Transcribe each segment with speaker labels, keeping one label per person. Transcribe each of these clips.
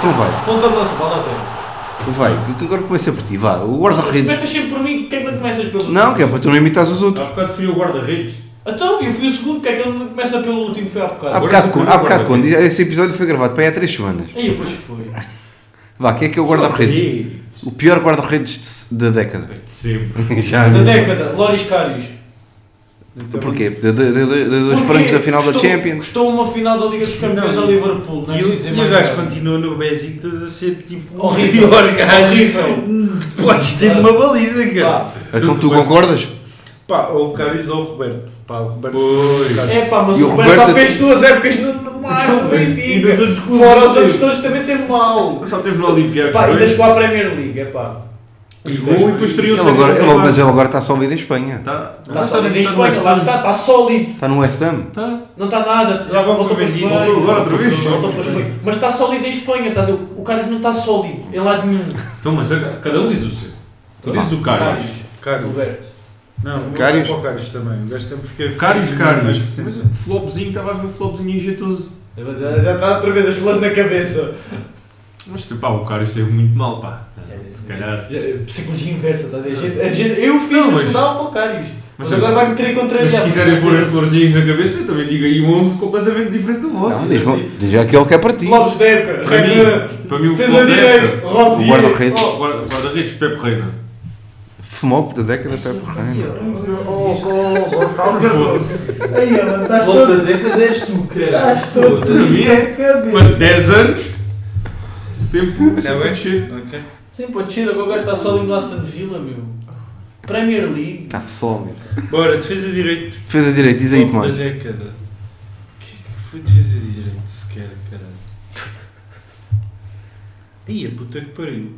Speaker 1: com o Veio.
Speaker 2: Ponta de lança, bola até.
Speaker 1: O Veio, Então que- que agora começa por ti, vá. O guarda-redes.
Speaker 2: Começas sempre por mim, porque é que não começas pelo
Speaker 1: Não, que é para tu não imitares os
Speaker 3: Há
Speaker 1: outros.
Speaker 3: bocado fui o guarda-redes.
Speaker 2: Então, eu fui o segundo, porque é que ele não começa pelo último, foi há bocado.
Speaker 1: Há bocado, quando- há bocado quando esse episódio foi gravado para aí há três semanas.
Speaker 2: Aí depois foi.
Speaker 1: Vá, quem é que é o guarda-redes? O pior guarda-redes de- da década.
Speaker 3: De sempre.
Speaker 1: Já. Então
Speaker 2: Da década, Loris Carius.
Speaker 1: Porquê? Deu deu- deu- deu dois
Speaker 2: Porquê?
Speaker 1: francos da final da
Speaker 2: Custou-
Speaker 1: Champions.
Speaker 2: Custou uma final da Liga dos Campeões
Speaker 3: Não,
Speaker 2: ao Liverpool, não é
Speaker 3: E
Speaker 2: preciso dizer
Speaker 3: o- e o
Speaker 2: mais
Speaker 3: gajo
Speaker 2: nada.
Speaker 3: continua no Besiktas a ser tipo o
Speaker 2: Horrível.
Speaker 3: pior gajo.
Speaker 2: Horrível.
Speaker 3: Podes ter uma baliza, cara.
Speaker 2: Pá,
Speaker 1: Então tu concordas?
Speaker 3: Pá, ou o Caris ou o Roberto. Pá, o Roberto. um
Speaker 4: Pois.
Speaker 3: Cara,
Speaker 2: É pá, mas
Speaker 1: E
Speaker 2: o
Speaker 1: o
Speaker 2: Roberto só
Speaker 1: Roberto-
Speaker 2: fez duas épocas no- no Marco, no
Speaker 3: E nos
Speaker 2: um, Benfica.
Speaker 3: outros clubes
Speaker 2: Fora os
Speaker 3: também.
Speaker 2: outros todos também teve mal.
Speaker 3: Só teve no Olympiacos.
Speaker 2: Pá, ainda
Speaker 3: dois.
Speaker 2: chegou à Premier League, é pá.
Speaker 3: E gol e depois teria o
Speaker 1: Ele
Speaker 3: Sérgio
Speaker 1: agora, ele-
Speaker 3: Sacramento.
Speaker 1: mas é- ele agora está sólido em Espanha.
Speaker 3: Tá.
Speaker 2: Está sólido em Espanha, lá está, está sólido.
Speaker 1: Está no West Ham.
Speaker 3: Tá.
Speaker 2: Não está nada, já
Speaker 3: Já foi
Speaker 2: voltou para a
Speaker 3: vendido,
Speaker 2: Espanha.
Speaker 3: voltou agora outra vez.
Speaker 2: Voltou para a Espanha. Mas está sólido em Espanha, estás a ver? o Carlos não está sólido em lado nenhum.
Speaker 4: Então, mas a- cada um diz o seu. Tu dizes o Caris.
Speaker 3: Cário.
Speaker 2: Roberto.
Speaker 3: Não,
Speaker 1: Cários?
Speaker 3: Cários. Cários também. O gajo também fica.
Speaker 4: Caris,
Speaker 3: fica
Speaker 4: Caris.
Speaker 3: mais recente.
Speaker 4: Mas o Flopzinho, estava a ver o Flopzinho injetoso.
Speaker 2: Já já está outra vez as flores na cabeça.
Speaker 4: Mas pá, o Caris esteve muito mal, pá. Se calhar.
Speaker 2: Já- Psicologia inversa, estás a ver? A gente- a gente- Eu fiz
Speaker 4: Não,
Speaker 2: o
Speaker 4: mas-
Speaker 2: pedal para o Cários. Mas,
Speaker 4: mas
Speaker 2: agora
Speaker 4: eu-
Speaker 2: vai-me ter a contrariar.
Speaker 4: Mas se quiserem pôr as
Speaker 2: porque-
Speaker 4: florzinhas na cabeça, eu também digo aí um 11 completamente diferente do vosso.
Speaker 1: Então, diz,
Speaker 2: assim?
Speaker 1: diz aquele que é para ti.
Speaker 2: Lopes da época,
Speaker 4: Para mim,
Speaker 2: Renan,
Speaker 4: para mim o
Speaker 2: defesa
Speaker 4: flop da
Speaker 2: direito,
Speaker 1: O
Speaker 2: Rossi.
Speaker 1: guarda-redes.
Speaker 2: Oh,
Speaker 4: Guarda- Guarda-redes, Pepe Reina.
Speaker 1: Fumou da década Pepe Reina.
Speaker 3: Oh, oh, Gonçalo
Speaker 4: Foda-se.
Speaker 3: Aí, mano, estás
Speaker 2: Volta
Speaker 3: todo.
Speaker 2: década és tu, caralho.
Speaker 3: Estás todo.
Speaker 4: Para mim é. Mas 10 anos, sempre.
Speaker 3: Tá bem?
Speaker 4: sempre cheio.
Speaker 3: Ok.
Speaker 2: Sim, pode ser, agora o gajo está só ali no Aston Villa, meu. Premier League.
Speaker 1: Está sólido.
Speaker 3: Bora, defesa direito.
Speaker 1: Defesa direita, diz aí,
Speaker 3: Top da
Speaker 1: Tomás.
Speaker 3: década. O que é que foi defesa direito sequer, caralho? Ia, puta que pariu.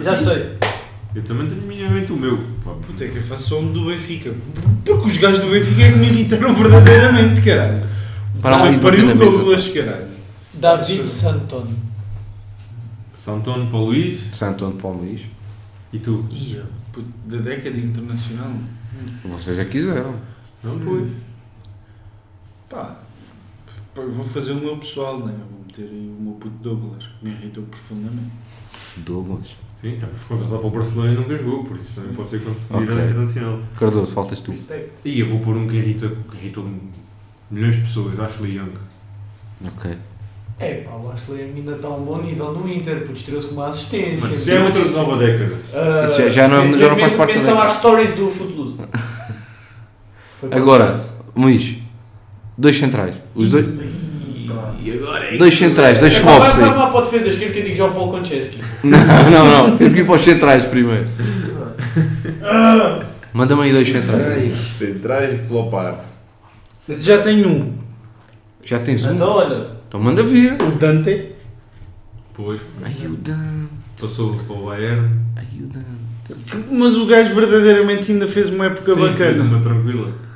Speaker 2: Já sei.
Speaker 4: Eu também tenho minimamente o meu. Pá,
Speaker 3: Puta que eu faço homem do Benfica. Porque os gajos do Benfica é que me irritaram verdadeiramente, caralho.
Speaker 1: Para
Speaker 3: Puta
Speaker 1: ali,
Speaker 3: que
Speaker 1: bater
Speaker 3: pariu o
Speaker 1: na mesa.
Speaker 3: Douglas, caralho.
Speaker 2: David Santon.
Speaker 4: Santone para o Luís
Speaker 1: Santo Antônio Paulo Luís.
Speaker 4: e tu.
Speaker 3: Ia, puto, da década internacional.
Speaker 1: Vocês é que quiseram.
Speaker 4: Não, pois.
Speaker 3: Pá, pá, eu vou fazer o meu pessoal, né? Eu Vou meter aí o meu puto Douglas, que me irritou profundamente.
Speaker 1: Douglas.
Speaker 4: Sim, também ficou lá para o Barcelona e nunca jogou, por isso também pode ser considerado
Speaker 1: Ok.
Speaker 4: internacional.
Speaker 1: Cardoso, faltas tu.
Speaker 2: Respeito.
Speaker 4: E eu vou pôr um que irrita, que irritou milhões de pessoas, Ashley Young.
Speaker 1: Ok.
Speaker 2: É pá, o Ashley Young ainda está a um bom nível no Inter, porque estreou-se com uma assistência.
Speaker 4: Mas isso é outra nova década.
Speaker 2: Ah,
Speaker 1: Isso já- já não- é- já não faz
Speaker 2: men-
Speaker 1: parte
Speaker 2: Menção
Speaker 1: da-
Speaker 2: às stories do Footloose. Foi para
Speaker 1: Agora,
Speaker 2: o canto.
Speaker 1: Luís. Dois centrais. Os dois.
Speaker 4: E agora é
Speaker 1: Dois centrais, dois
Speaker 2: É pá, vai
Speaker 1: flops aí.
Speaker 2: vai lá para a defesa esquerda que eu digo já o Paul Konchesky.
Speaker 1: Não, não, não. Temos que ir para os centrais primeiro. Manda-me aí dois centrais.
Speaker 4: Centrais flopar.
Speaker 3: Eu Já tenho um.
Speaker 1: Já tens um.
Speaker 2: Então olha,
Speaker 1: Então manda vir.
Speaker 3: O Dante.
Speaker 4: Pois,
Speaker 1: Ai, o Dan.
Speaker 4: passou para o Bayern.
Speaker 1: Ai, o Dan.
Speaker 3: Mas o gajo verdadeiramente ainda fez uma época
Speaker 4: Sim, fez
Speaker 3: bacana.
Speaker 4: um uma tranquila.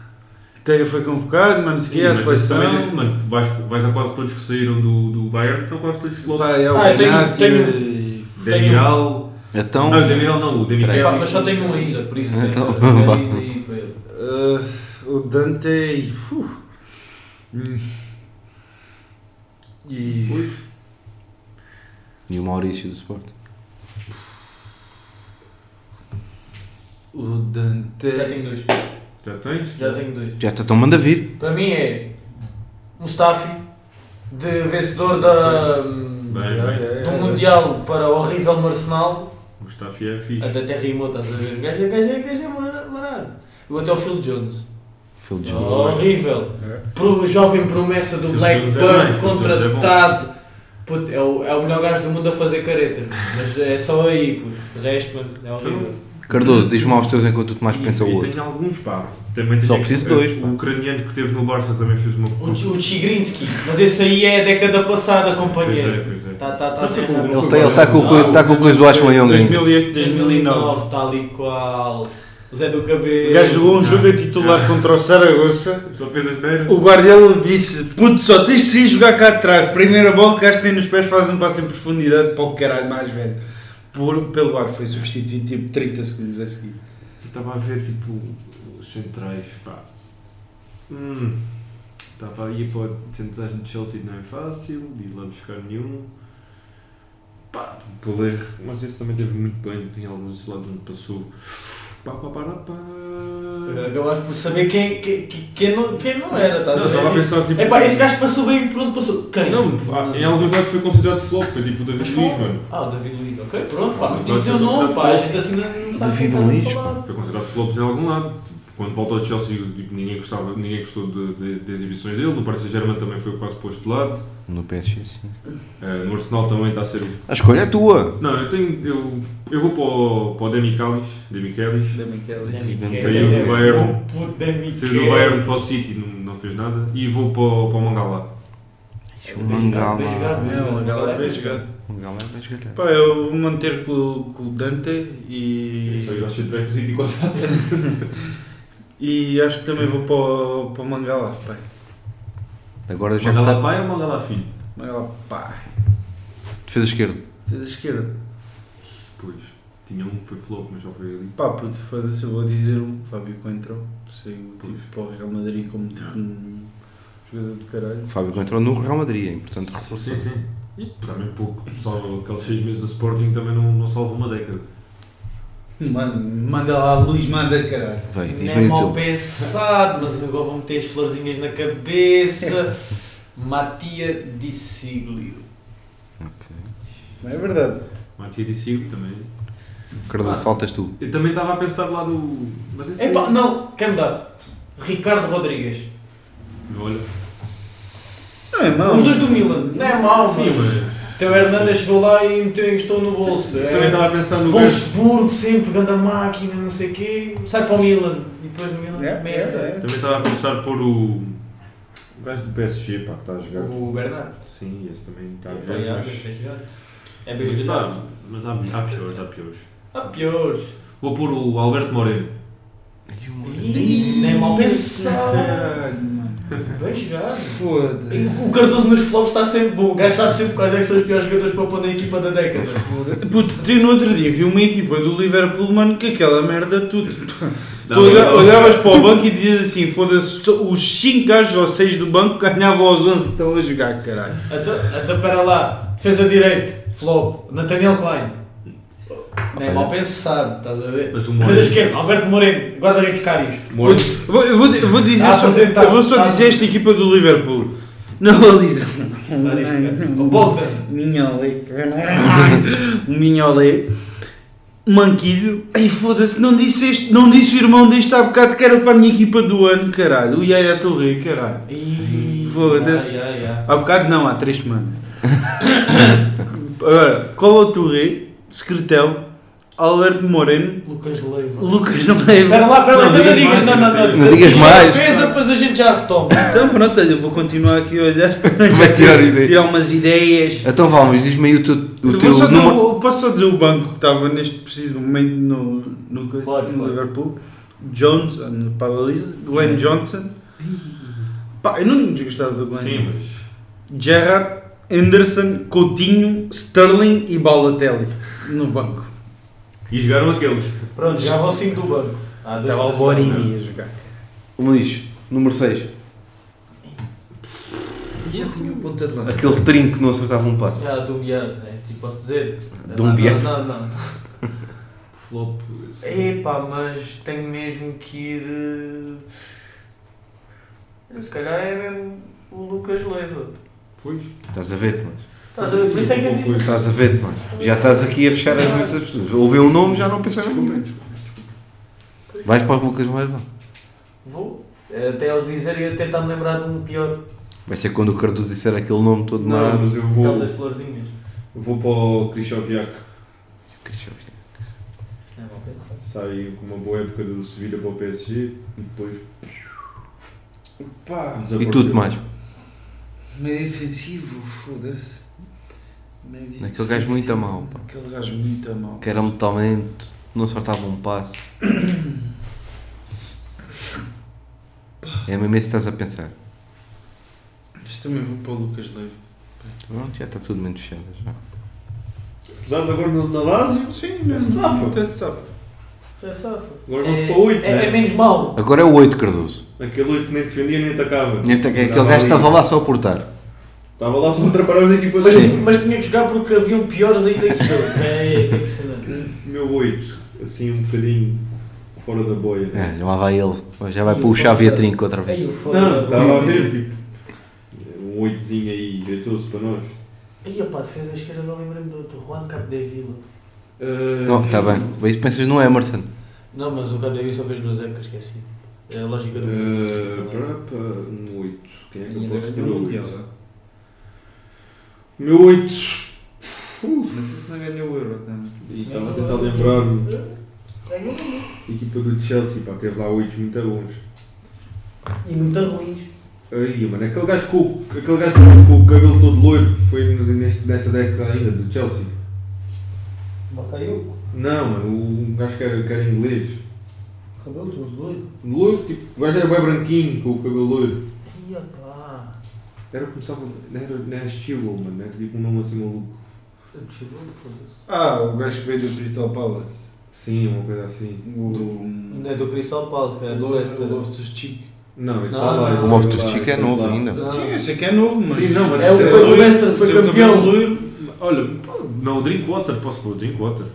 Speaker 3: Até foi convocado, mas não sei o
Speaker 2: é
Speaker 3: que, a
Speaker 4: Mas
Speaker 3: seleção.
Speaker 4: também diz- Mano, tu vais, vais a quase todos que saíram do, do Bayern, são quase todos flopar.
Speaker 3: Pá, é o
Speaker 2: Ah, eu tenho-
Speaker 3: Benatti,
Speaker 2: tenho-
Speaker 3: e-
Speaker 4: Demiral.
Speaker 1: Então.
Speaker 4: Não, o Demiral não, o Demiral.
Speaker 2: pá, mas só tenho um ainda, por isso é tem
Speaker 1: Então,
Speaker 2: tem
Speaker 1: vá.
Speaker 2: ainda aí para ele.
Speaker 3: Ah, o Dante. e- uh. Hum. E.
Speaker 4: Ui.
Speaker 1: E o Maurício do Sport.
Speaker 3: O Dante.
Speaker 2: Já tenho dois.
Speaker 4: Já tens?
Speaker 2: Já tenho dois.
Speaker 1: Já está, então manda vir.
Speaker 2: Para mim é Mustafi, de vencedor da, hum,
Speaker 4: Bem,
Speaker 3: Yeah,
Speaker 4: bem.
Speaker 3: yeah,
Speaker 2: do
Speaker 3: yeah.
Speaker 2: Mundial para o horrível no Arsenal,
Speaker 4: O Mustafi é fixe.
Speaker 2: até até rimou, estás a ver? O gajo, o gajo, é- o gajo é mara- marado. Eu até o Phil Jones. Oh,
Speaker 1: Phil Jones.
Speaker 2: Horrível. Pro, jovem promessa do
Speaker 4: É. Phil Jones é
Speaker 2: Blackburn,
Speaker 4: bem, Phil Jones é bom.
Speaker 2: contratado. Puto, é, o, é o melhor gajo do mundo a fazer careta, mas é só aí, puto. De resto, mano, é
Speaker 4: Então.
Speaker 2: horrível.
Speaker 1: Cardoso, diz-me aos teus enquanto o Tomás
Speaker 4: E-
Speaker 1: pensa o
Speaker 4: e
Speaker 1: outro.
Speaker 4: tenho alguns, pá. Também tenho
Speaker 1: Só preciso
Speaker 4: o-
Speaker 1: dois, pá.
Speaker 4: O ucraniano que teve no Barça também fez uma.
Speaker 2: O, Chi- o Chigrinsky, mas esse aí é a década passada,
Speaker 4: Pois
Speaker 2: companheiro.
Speaker 4: é, pois é.
Speaker 2: Tá, tá, tá
Speaker 4: Mas
Speaker 2: sem
Speaker 4: foi com o
Speaker 2: nada.
Speaker 1: Ele está ele tá com, o coisa- tá com o coisa do Ashman Young ainda.
Speaker 3: 2008, 2009.
Speaker 2: 2009, tal e qual. Zé do
Speaker 3: O
Speaker 2: Cabelo.
Speaker 3: gajo jogou um jogo a titular contra o Saragossa.
Speaker 4: Só fez as neiras.
Speaker 3: O Guardiola disse: Puto, só tens de sair jogar cá atrás. Primeira bola, o gajo tem nos pés, faz um passo em profundidade para o caralho mais velho. Por, pelo ar, foi substituído tipo 30 segundos a seguir.
Speaker 4: Eu estava a ver tipo os centrais, pá. Hum. Estava aí para centrais no Chelsea não é fácil, e lá buscar nenhum. Pá, o Poleiro, mas esse também teve muito bem em alguns lados onde passou. Pá, pá, pá, pá, pá.
Speaker 2: Eh, Eu acho por saber quem, quem, quem, não, quem não era, estás
Speaker 4: Não,
Speaker 2: a ver?
Speaker 4: estava a
Speaker 2: Tipo,
Speaker 4: pensar tipo.
Speaker 2: Epá, esse gajo passou bem por onde passou. Quem?
Speaker 4: Não, há- em alguns lados foi considerado flop, foi tipo o David
Speaker 2: Mas
Speaker 4: Luiz,
Speaker 2: foi-
Speaker 4: mano.
Speaker 2: Ah, o David Luiz, ok, pronto, pá, mas
Speaker 4: Mas
Speaker 2: diz teu
Speaker 4: não
Speaker 2: nome,
Speaker 4: sei
Speaker 2: pá, a
Speaker 4: qual-
Speaker 2: gente assim não, não sabe
Speaker 1: David
Speaker 2: quem estás a
Speaker 1: Luiz,
Speaker 2: falar.
Speaker 4: Foi considerado flop em algum lado. Quando voltou ao Chelsea, tipo, ninguém, gostava, ninguém gostou de- de- das exibições dele. No Paris Saint-Germain também foi quase posto de lado.
Speaker 1: No PSG, sim.
Speaker 4: Eh, no Arsenal também está a ser. um-
Speaker 1: A escolha é tua.
Speaker 4: Não, eu tenho. Eu, eu vou para o, para o Demi Callis. Demi Callis.
Speaker 3: Da Michele.
Speaker 2: Demi
Speaker 4: Saiu do
Speaker 2: Keller,
Speaker 4: Bayern.
Speaker 2: o puto Demi
Speaker 4: Saiu do
Speaker 2: Keller.
Speaker 4: Bayern para o City, não, não fez nada. E vou para, o- para o Mangala.
Speaker 1: O Mangala.
Speaker 2: Bem jogado, bem jogado,
Speaker 3: Não,
Speaker 2: bem
Speaker 3: ela
Speaker 2: jogado.
Speaker 3: vai jogar.
Speaker 1: O galera vai esgalhar.
Speaker 3: Pá, eu vou manter com, com o Dante e.
Speaker 4: Só eu acho que vai para o City contrato.
Speaker 3: E acho que também vou para o, para o Mangala, pai.
Speaker 1: Agora já que tá,
Speaker 4: Mangala
Speaker 1: está.
Speaker 4: pai ou Mangala filho?
Speaker 3: Mangala, pá.
Speaker 1: Defesa esquerda.
Speaker 3: Tens a esquerda.
Speaker 4: Pois. Tinha um que foi flop, mas já foi ali.
Speaker 3: Pá, puto, foda-se, eu vou dizer o Fábio Coentrão. Saiu
Speaker 4: Pois.
Speaker 3: tipo, para o Real Madrid como tipo um jogador do caralho.
Speaker 1: O Fábio entrou no Real Madrid, é importante
Speaker 4: Sim,
Speaker 1: reforçar.
Speaker 4: sim. E também pouco. Salvo aqueles seis meses no Sporting também não, não salva uma década.
Speaker 3: Mano, manda lá, Luís, manda caralho.
Speaker 1: Vai,
Speaker 2: Não
Speaker 1: diz-me
Speaker 2: é
Speaker 1: aí
Speaker 2: mal
Speaker 1: tu.
Speaker 2: pensado, mas agora vão meter as florzinhas na cabeça. Matia Di Siglio.
Speaker 3: Não é verdade?
Speaker 4: Matia de Sigo também.
Speaker 1: Cardoso,
Speaker 4: Ah.
Speaker 1: faltas tu.
Speaker 4: Eu também estava a pensar lá do. Mas esse.
Speaker 2: Epá, não, quer mudar? Ricardo Rodrigues.
Speaker 4: é- Olha.
Speaker 3: Não é mau.
Speaker 2: Os dois do Milan. Não é mau,
Speaker 4: Sim,
Speaker 2: mas...
Speaker 4: mas.
Speaker 2: Teu Hernandes chegou lá e meteu encostou no bolso.
Speaker 4: Eu também
Speaker 2: É.
Speaker 4: estava a pensar no. Ber-
Speaker 2: Wolfsburgo sempre, ganda máquina, não sei o quê. Sai para o Milan. E depois do Milan,
Speaker 3: É,
Speaker 2: merda.
Speaker 3: é, é.
Speaker 4: Também estava a pensar por o. O gajo do PSG, pá, que está a jogar.
Speaker 2: O Bernardo.
Speaker 4: Sim, esse também está a
Speaker 2: Epá, já,
Speaker 4: jogar.
Speaker 2: bem
Speaker 4: mas-
Speaker 2: jogado. É bem
Speaker 4: Mas, pá,
Speaker 2: jogado.
Speaker 4: mas há, há piores, há piores.
Speaker 2: Há piores.
Speaker 4: Vou pôr o Alberto Moreno.
Speaker 2: Ih, Nem mal pensado.
Speaker 3: Caralho, mano.
Speaker 2: Bem jogado.
Speaker 3: Foda-se.
Speaker 4: É.
Speaker 2: O Cardoso nos flops está sempre bom. O gajo sabe sempre quais é que são os piores jogadores para pôr na equipa da década.
Speaker 3: Puto, tu no outro dia vi uma equipa do Liverpool, mano, que aquela merda tudo. Tu
Speaker 4: Dá-
Speaker 3: olha- olhavas para o banco e dizias assim: foda-se, só os 5 gajos ou 6 do banco ganhavam aos 11 estão a jogar, caralho.
Speaker 2: Até, até para Então, lá. Defesa direito. Flop. Nathaniel Klein. Nem mal pensado, estás a ver?
Speaker 4: Mas
Speaker 2: Defesa
Speaker 4: o Moreno.
Speaker 2: esquerda. Alberto Moreno. Guarda-redes Cários.
Speaker 4: Moreno.
Speaker 3: Puto, vou, eu vou, eu vou dizer
Speaker 2: Ah,
Speaker 3: só,
Speaker 2: apresentado,
Speaker 3: eu vou só
Speaker 2: tá.
Speaker 3: dizer esta equipa do Liverpool. Não, Elisa.
Speaker 2: Várias caras. O Bogdan.
Speaker 3: Minholé. O Minholé. Um Manquilho. Ai foda-se, não disse, este, não disse o irmão deste há bocado que era para a minha equipa do ano, caralho. O Yaya Torre, caralho.
Speaker 2: Ih,
Speaker 3: Foda-se.
Speaker 2: ai, ai, ai.
Speaker 3: Há bocado não, há três semanas. Agora, é Colo Touré, Secretel, Alberto Moreno,
Speaker 2: Lucas Leiva.
Speaker 3: Lucas Leiva.
Speaker 2: Espera lá, espera lá,
Speaker 4: Não,
Speaker 2: ainda não
Speaker 4: digas
Speaker 2: digas,
Speaker 4: mais,
Speaker 2: não, não, não.
Speaker 1: Não digas
Speaker 2: Já
Speaker 1: mais.
Speaker 2: Fez, depois a gente já retoma.
Speaker 3: Então pronto, olha, vou continuar aqui a olhar.
Speaker 1: Vai tirar ideias.
Speaker 3: Tirar umas ideias.
Speaker 1: Então, Valmas, diz-me aí o teu, o
Speaker 3: Eu vou
Speaker 1: teu
Speaker 3: só dar
Speaker 1: número.
Speaker 3: o- posso só dizer o banco que estava neste preciso momento no, no, coisa,
Speaker 2: Pode,
Speaker 3: no
Speaker 2: pode.
Speaker 3: Liverpool. Jones, para a baliza, Glenn Johnson. Pá, eu não desgostava do Glenn
Speaker 4: Sim, mas.
Speaker 3: Gerrard, Henderson, Coutinho, Sterling e Balotelli no banco.
Speaker 4: E jogaram aqueles.
Speaker 2: Pronto, já vou 5 do banco. Ah, dois
Speaker 3: Estava o
Speaker 2: três
Speaker 3: Borini a jogar.
Speaker 1: O Luís, número 6.
Speaker 3: Já tinha o ponta de lança.
Speaker 1: Aquele trinco que não acertava um passo.
Speaker 2: Já dumbiado, né? Tipo, posso dizer?
Speaker 1: Dumbiado.
Speaker 2: Não, não, não.
Speaker 4: Flop. esse-
Speaker 2: Epá, mas tenho mesmo que ir. eh, Se calhar é mesmo o Lucas Leiva.
Speaker 4: Pois.
Speaker 1: Estás a ver-te, mas.
Speaker 2: Estás a ver? Por isso é que eu disse.
Speaker 1: Estás a ver-te, mas. Já estás aqui a fechar as muitas pessoas. Ouvi um nome, já não pensei em ninguém. Vais para o Lucas Leiva.
Speaker 2: Vou. eh, Até eles dizerem, eu tentar me lembrar de um pior.
Speaker 1: Vai ser quando o Cardoso disser aquele nome todo
Speaker 4: Não,
Speaker 1: marado.
Speaker 4: mas eu
Speaker 2: Tal
Speaker 5: Então,
Speaker 4: vou.
Speaker 2: das florzinhas.
Speaker 4: Vou para o Krzysztofiak.
Speaker 2: Não, não penso.
Speaker 4: Saiu com uma boa época do Sevilha para o PSG e depois.
Speaker 3: Pá,
Speaker 1: E tu, Tomás?
Speaker 3: meio defensivo, foda-se. Meio
Speaker 1: Aquele
Speaker 3: defensivo.
Speaker 1: gajo muito a mal, pá.
Speaker 3: Aquele gajo muito a mal.
Speaker 1: Que era um- muito talento, não acertava um passo. É mesmo isso que estás a pensar.
Speaker 3: Isto também vou para o Lucas Leiva.
Speaker 1: Pronto, já está tudo muito fechado. Já.
Speaker 4: Apesar de agora na Lazio, sim, não safa.
Speaker 3: Até se sabe.
Speaker 2: É safa.
Speaker 4: Agora vamos para oito,
Speaker 2: é,
Speaker 4: né?
Speaker 2: é menos mau.
Speaker 1: Agora é o 8, Cardoso.
Speaker 4: Aquele 8 que nem defendia nem atacava.
Speaker 1: E até que Aquele
Speaker 4: Andava
Speaker 1: gajo
Speaker 4: ali.
Speaker 1: estava lá só a portar.
Speaker 5: Estava lá só a atrapalhar as equipas.
Speaker 2: Mas,
Speaker 1: Sim.
Speaker 2: mas tinha que jogar porque haviam piores ainda que eu. É, é que é impressionante.
Speaker 5: Meu 8, assim um bocadinho fora da boia.
Speaker 1: É, já lá vai ele. Já vai para
Speaker 2: é
Speaker 1: o chave e a trinco outra vez.
Speaker 2: Aí o foda.
Speaker 5: Não,
Speaker 4: tá
Speaker 5: estava a ver, tipo, um 8zinho aí, gritoso para nós.
Speaker 2: Aí a pá, defesa da esquerda, agora lembrei-me do outro, Juan Capdevila.
Speaker 5: Ah,
Speaker 1: Não, está bem. Aí pensas no Emerson.
Speaker 2: Não, mas o Capdevila só fez duas épocas, esqueci. É a lógica
Speaker 4: Eh,
Speaker 2: do.
Speaker 5: ah, para, para, um 8. Quem é que eu
Speaker 3: Ainda
Speaker 5: posso
Speaker 3: bem
Speaker 5: ter
Speaker 3: que
Speaker 5: o
Speaker 3: não
Speaker 5: oito?
Speaker 3: ganhou, não
Speaker 5: Meu 8.
Speaker 3: Não sei se não ganhou o Euro também.
Speaker 5: E estava a tentar lembrar-me. A equipa do Chelsea, pá, teve lá 8 muito bons.
Speaker 2: E muito ruins.
Speaker 5: Aí, mano, aquele gajo com, o- aquele gajo com, com o cabelo todo loiro foi neste, nesta década ainda, do Chelsea.
Speaker 2: Bacaiu,
Speaker 5: Não, mano, o um gajo que era, que era inglês.
Speaker 2: cabelo todo doido.
Speaker 5: Loiro, tipo, o gajo era bem branquinho, com o cabelo loiro.
Speaker 2: Ia pá.
Speaker 5: Era começava, era, não era estilo, mano, era tipo um nome assim maluco.
Speaker 2: Chegou, foda-se.
Speaker 3: Ah, o gajo que veio do Crystal Palace.
Speaker 5: Sim, uma coisa assim.
Speaker 3: O.
Speaker 2: Não é do Crystal Palace, cara, é do Leicester.
Speaker 3: O Loftus Cheek.
Speaker 5: Não, isso
Speaker 2: Não,
Speaker 5: está lá. isso
Speaker 2: não.
Speaker 1: O
Speaker 5: está
Speaker 1: Loftus
Speaker 5: lá,
Speaker 1: Cheek é
Speaker 5: isso está
Speaker 1: novo
Speaker 5: lá.
Speaker 1: ainda.
Speaker 2: Não.
Speaker 3: Sim, esse aqui é novo, mas.
Speaker 5: Sim, não, mas
Speaker 2: É o que
Speaker 5: isso
Speaker 2: foi do
Speaker 5: loiro.
Speaker 2: Leicester, foi
Speaker 3: Teve o cabelo
Speaker 2: campeão.
Speaker 3: loiro.
Speaker 4: Olha, pá, não, Drinkwater, posso pôr o Drinkwater.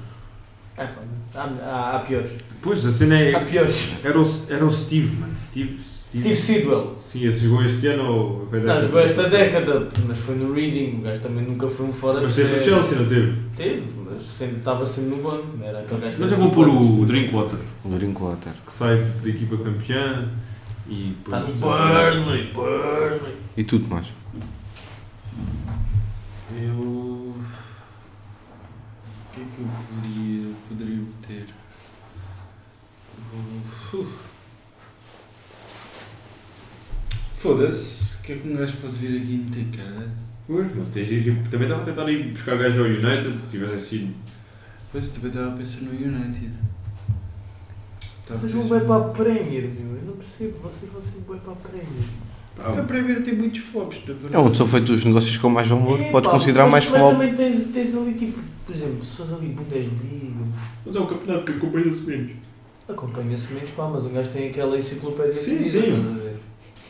Speaker 2: É, pá, há- Há há piores.
Speaker 4: Pois, a cena é.
Speaker 2: Há piores.
Speaker 4: Era o, era o Steve, mano. Steve. Steve.
Speaker 2: Ah, Steve Sidwell.
Speaker 4: Sim, esse jogou este ano ou. foi da-
Speaker 2: Não, jogou esta década, mas foi no Reading. O gajo também nunca foi um fora de
Speaker 4: Mas teve no
Speaker 2: série.
Speaker 4: Chelsea, não teve?
Speaker 2: Teve, mas sempre estava sempre no banco. não Era aquele gajo que
Speaker 4: Mas eu
Speaker 2: era tipo um
Speaker 4: vou pôr
Speaker 2: titular.
Speaker 4: o Drinkwater,
Speaker 1: O Drinkwater.
Speaker 4: que sai da equipa campeã e.
Speaker 2: Está no Burnley, Burnley.
Speaker 1: E tudo mais.
Speaker 3: Eu. O que é que eu poderia, poderia meter? Eu- uh, Uf. Foda-se, o que é que um gajo pode vir aqui meter, cara?
Speaker 4: Pois, mas tens de ir- tipo, também estava a tentar ir buscar gajo ao United, que tivessem sido.
Speaker 3: Pois também estava a pensar no United. Estava a
Speaker 2: Vocês vão
Speaker 3: pensar-
Speaker 2: bem para a Premier, meu. Eu não percebo, vocês vão sempre bem para a Premier.
Speaker 4: Ah,
Speaker 3: Porque a Premier tem muitos flops, na verdade.
Speaker 1: É onde são feitos os negócios com mais valor.
Speaker 2: É,
Speaker 1: Podes
Speaker 2: pá,
Speaker 1: considerar
Speaker 2: mas-
Speaker 1: mais
Speaker 2: Mas
Speaker 1: flop.
Speaker 2: também tens, tens ali, tipo, por exemplo, se fores ali Bundesliga,
Speaker 4: Mas é um campeonato que acompanha-se menos.
Speaker 2: acompanha-se menos, pá, mas um gajo tem aquela enciclopédia
Speaker 4: Sim,
Speaker 2: de vida,
Speaker 4: sim.
Speaker 2: estás a ver?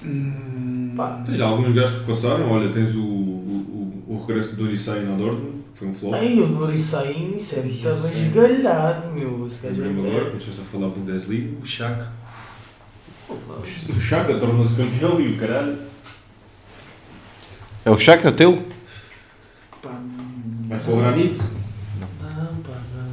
Speaker 3: Hum,
Speaker 2: Pá.
Speaker 4: Tens alguns gajos que passaram, olha, tens o, o, o, o regresso do Odissei na Dortmund, que foi um flop.
Speaker 2: Ei, o Norissain, isso é muito
Speaker 3: Isso é.
Speaker 2: esgalhado, meu. Esse gajo
Speaker 4: Lembro
Speaker 2: é.
Speaker 4: agora, quando estás a falar do Bundesliga.
Speaker 3: O Shaq.
Speaker 4: O Chaka tornou-se campeão e o caralho.
Speaker 1: É o Shaq, é o teu?
Speaker 3: Pá.
Speaker 4: Vai para o Granite.
Speaker 2: Não, pá, não.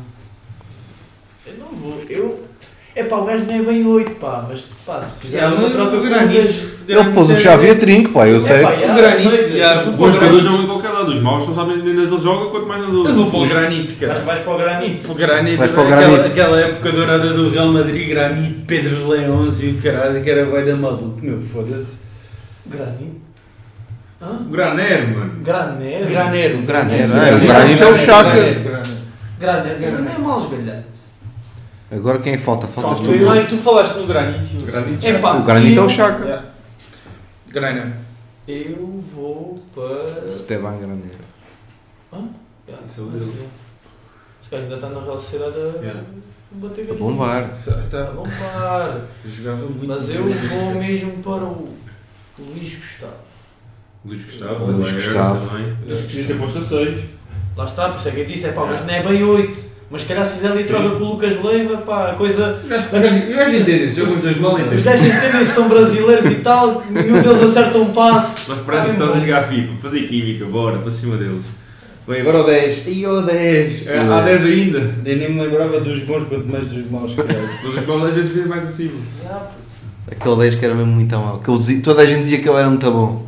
Speaker 2: Eu não vou. Eu. É pá, o gajo não é bem 8, pá, mas pá, se fizer
Speaker 3: Yeah,
Speaker 2: uma
Speaker 3: mas
Speaker 2: troca
Speaker 3: o
Speaker 2: com o
Speaker 3: Granit-
Speaker 2: gajo.
Speaker 1: Ele pôs o chave a trinco, pá, eu sei.
Speaker 2: É, pá, já,
Speaker 3: O Granit,
Speaker 2: aceita.
Speaker 3: já,
Speaker 2: Mas
Speaker 4: Os jogadores jogam em qualquer lado, os maus só sabem nem onde é eles jogam, quanto mais na do.
Speaker 3: Eu vou para o Granite, cara.
Speaker 2: vais para o granito.
Speaker 3: O Granite,
Speaker 1: Vais para o
Speaker 3: aquela,
Speaker 1: Granite.
Speaker 3: aquela época dourada do Real Madrid, Granite, Pedro Leões e o caralho, que era vai da maluco, meu, foda-se.
Speaker 2: Granito? Hã? né?
Speaker 4: O Graner, mano.
Speaker 3: É
Speaker 2: Granero?
Speaker 3: Granero,
Speaker 1: Granero,
Speaker 3: Granero,
Speaker 1: é, o Granite é o Chaka.
Speaker 3: Granero, Granero.
Speaker 2: Granero, Granero não é mal esgalhado.
Speaker 1: Agora quem é que falta? Faltas
Speaker 2: Falta
Speaker 1: tu.
Speaker 2: eu.
Speaker 3: Ah, e tu falaste no Granite. eu-
Speaker 4: Granite.
Speaker 2: É pá,
Speaker 1: O Granito é o
Speaker 2: eu-
Speaker 1: Shaq.
Speaker 3: Yeah. Granero.
Speaker 2: Eu vou para. Ah,
Speaker 1: Esteban Granero.
Speaker 2: Já,
Speaker 4: Isso é o dele.
Speaker 2: já. Este gajo ainda está na Real Sociedade a
Speaker 4: Já.
Speaker 2: a bater
Speaker 1: A
Speaker 2: gatinho.
Speaker 1: bombar.
Speaker 2: A
Speaker 3: Tá.
Speaker 2: bombar.
Speaker 3: Jogava muito.
Speaker 2: Mas eu vou mesmo para o Luís Gustavo.
Speaker 4: Luís Gustavo,
Speaker 1: Luís
Speaker 4: Luís
Speaker 1: Gustavo.
Speaker 4: Gustavo também. Podias ter posto a 6.
Speaker 2: Lá está, por isso é que eu disse, é pá, mas não é bem 8. Mas se calhar se fizer ali troca com o Lucas Leiva, pá, a coisa.
Speaker 5: Os gajos- os gajos- os gajos entendem, se jogam os dois mal
Speaker 2: Os
Speaker 5: entendem.
Speaker 2: gajos entendem se são brasileiros e tal, nenhum deles acerta um passe.
Speaker 4: Mas parece que
Speaker 2: Pá,
Speaker 4: estás a
Speaker 2: mesmo
Speaker 4: jogar FIFA, fazer química, bora, para cima deles.
Speaker 5: Bem, agora o 10. Aí o 10.
Speaker 4: É, há 10 ainda.
Speaker 3: Eu nem me lembrava dos bons, quanto mais dos maus, caralho.
Speaker 4: Mas os maus às vezes vêm mais acima.
Speaker 2: bom. Já, puto.
Speaker 1: Aquele 10 que era mesmo muito mau. Que eu dizia- toda a gente dizia que ele era muito bom.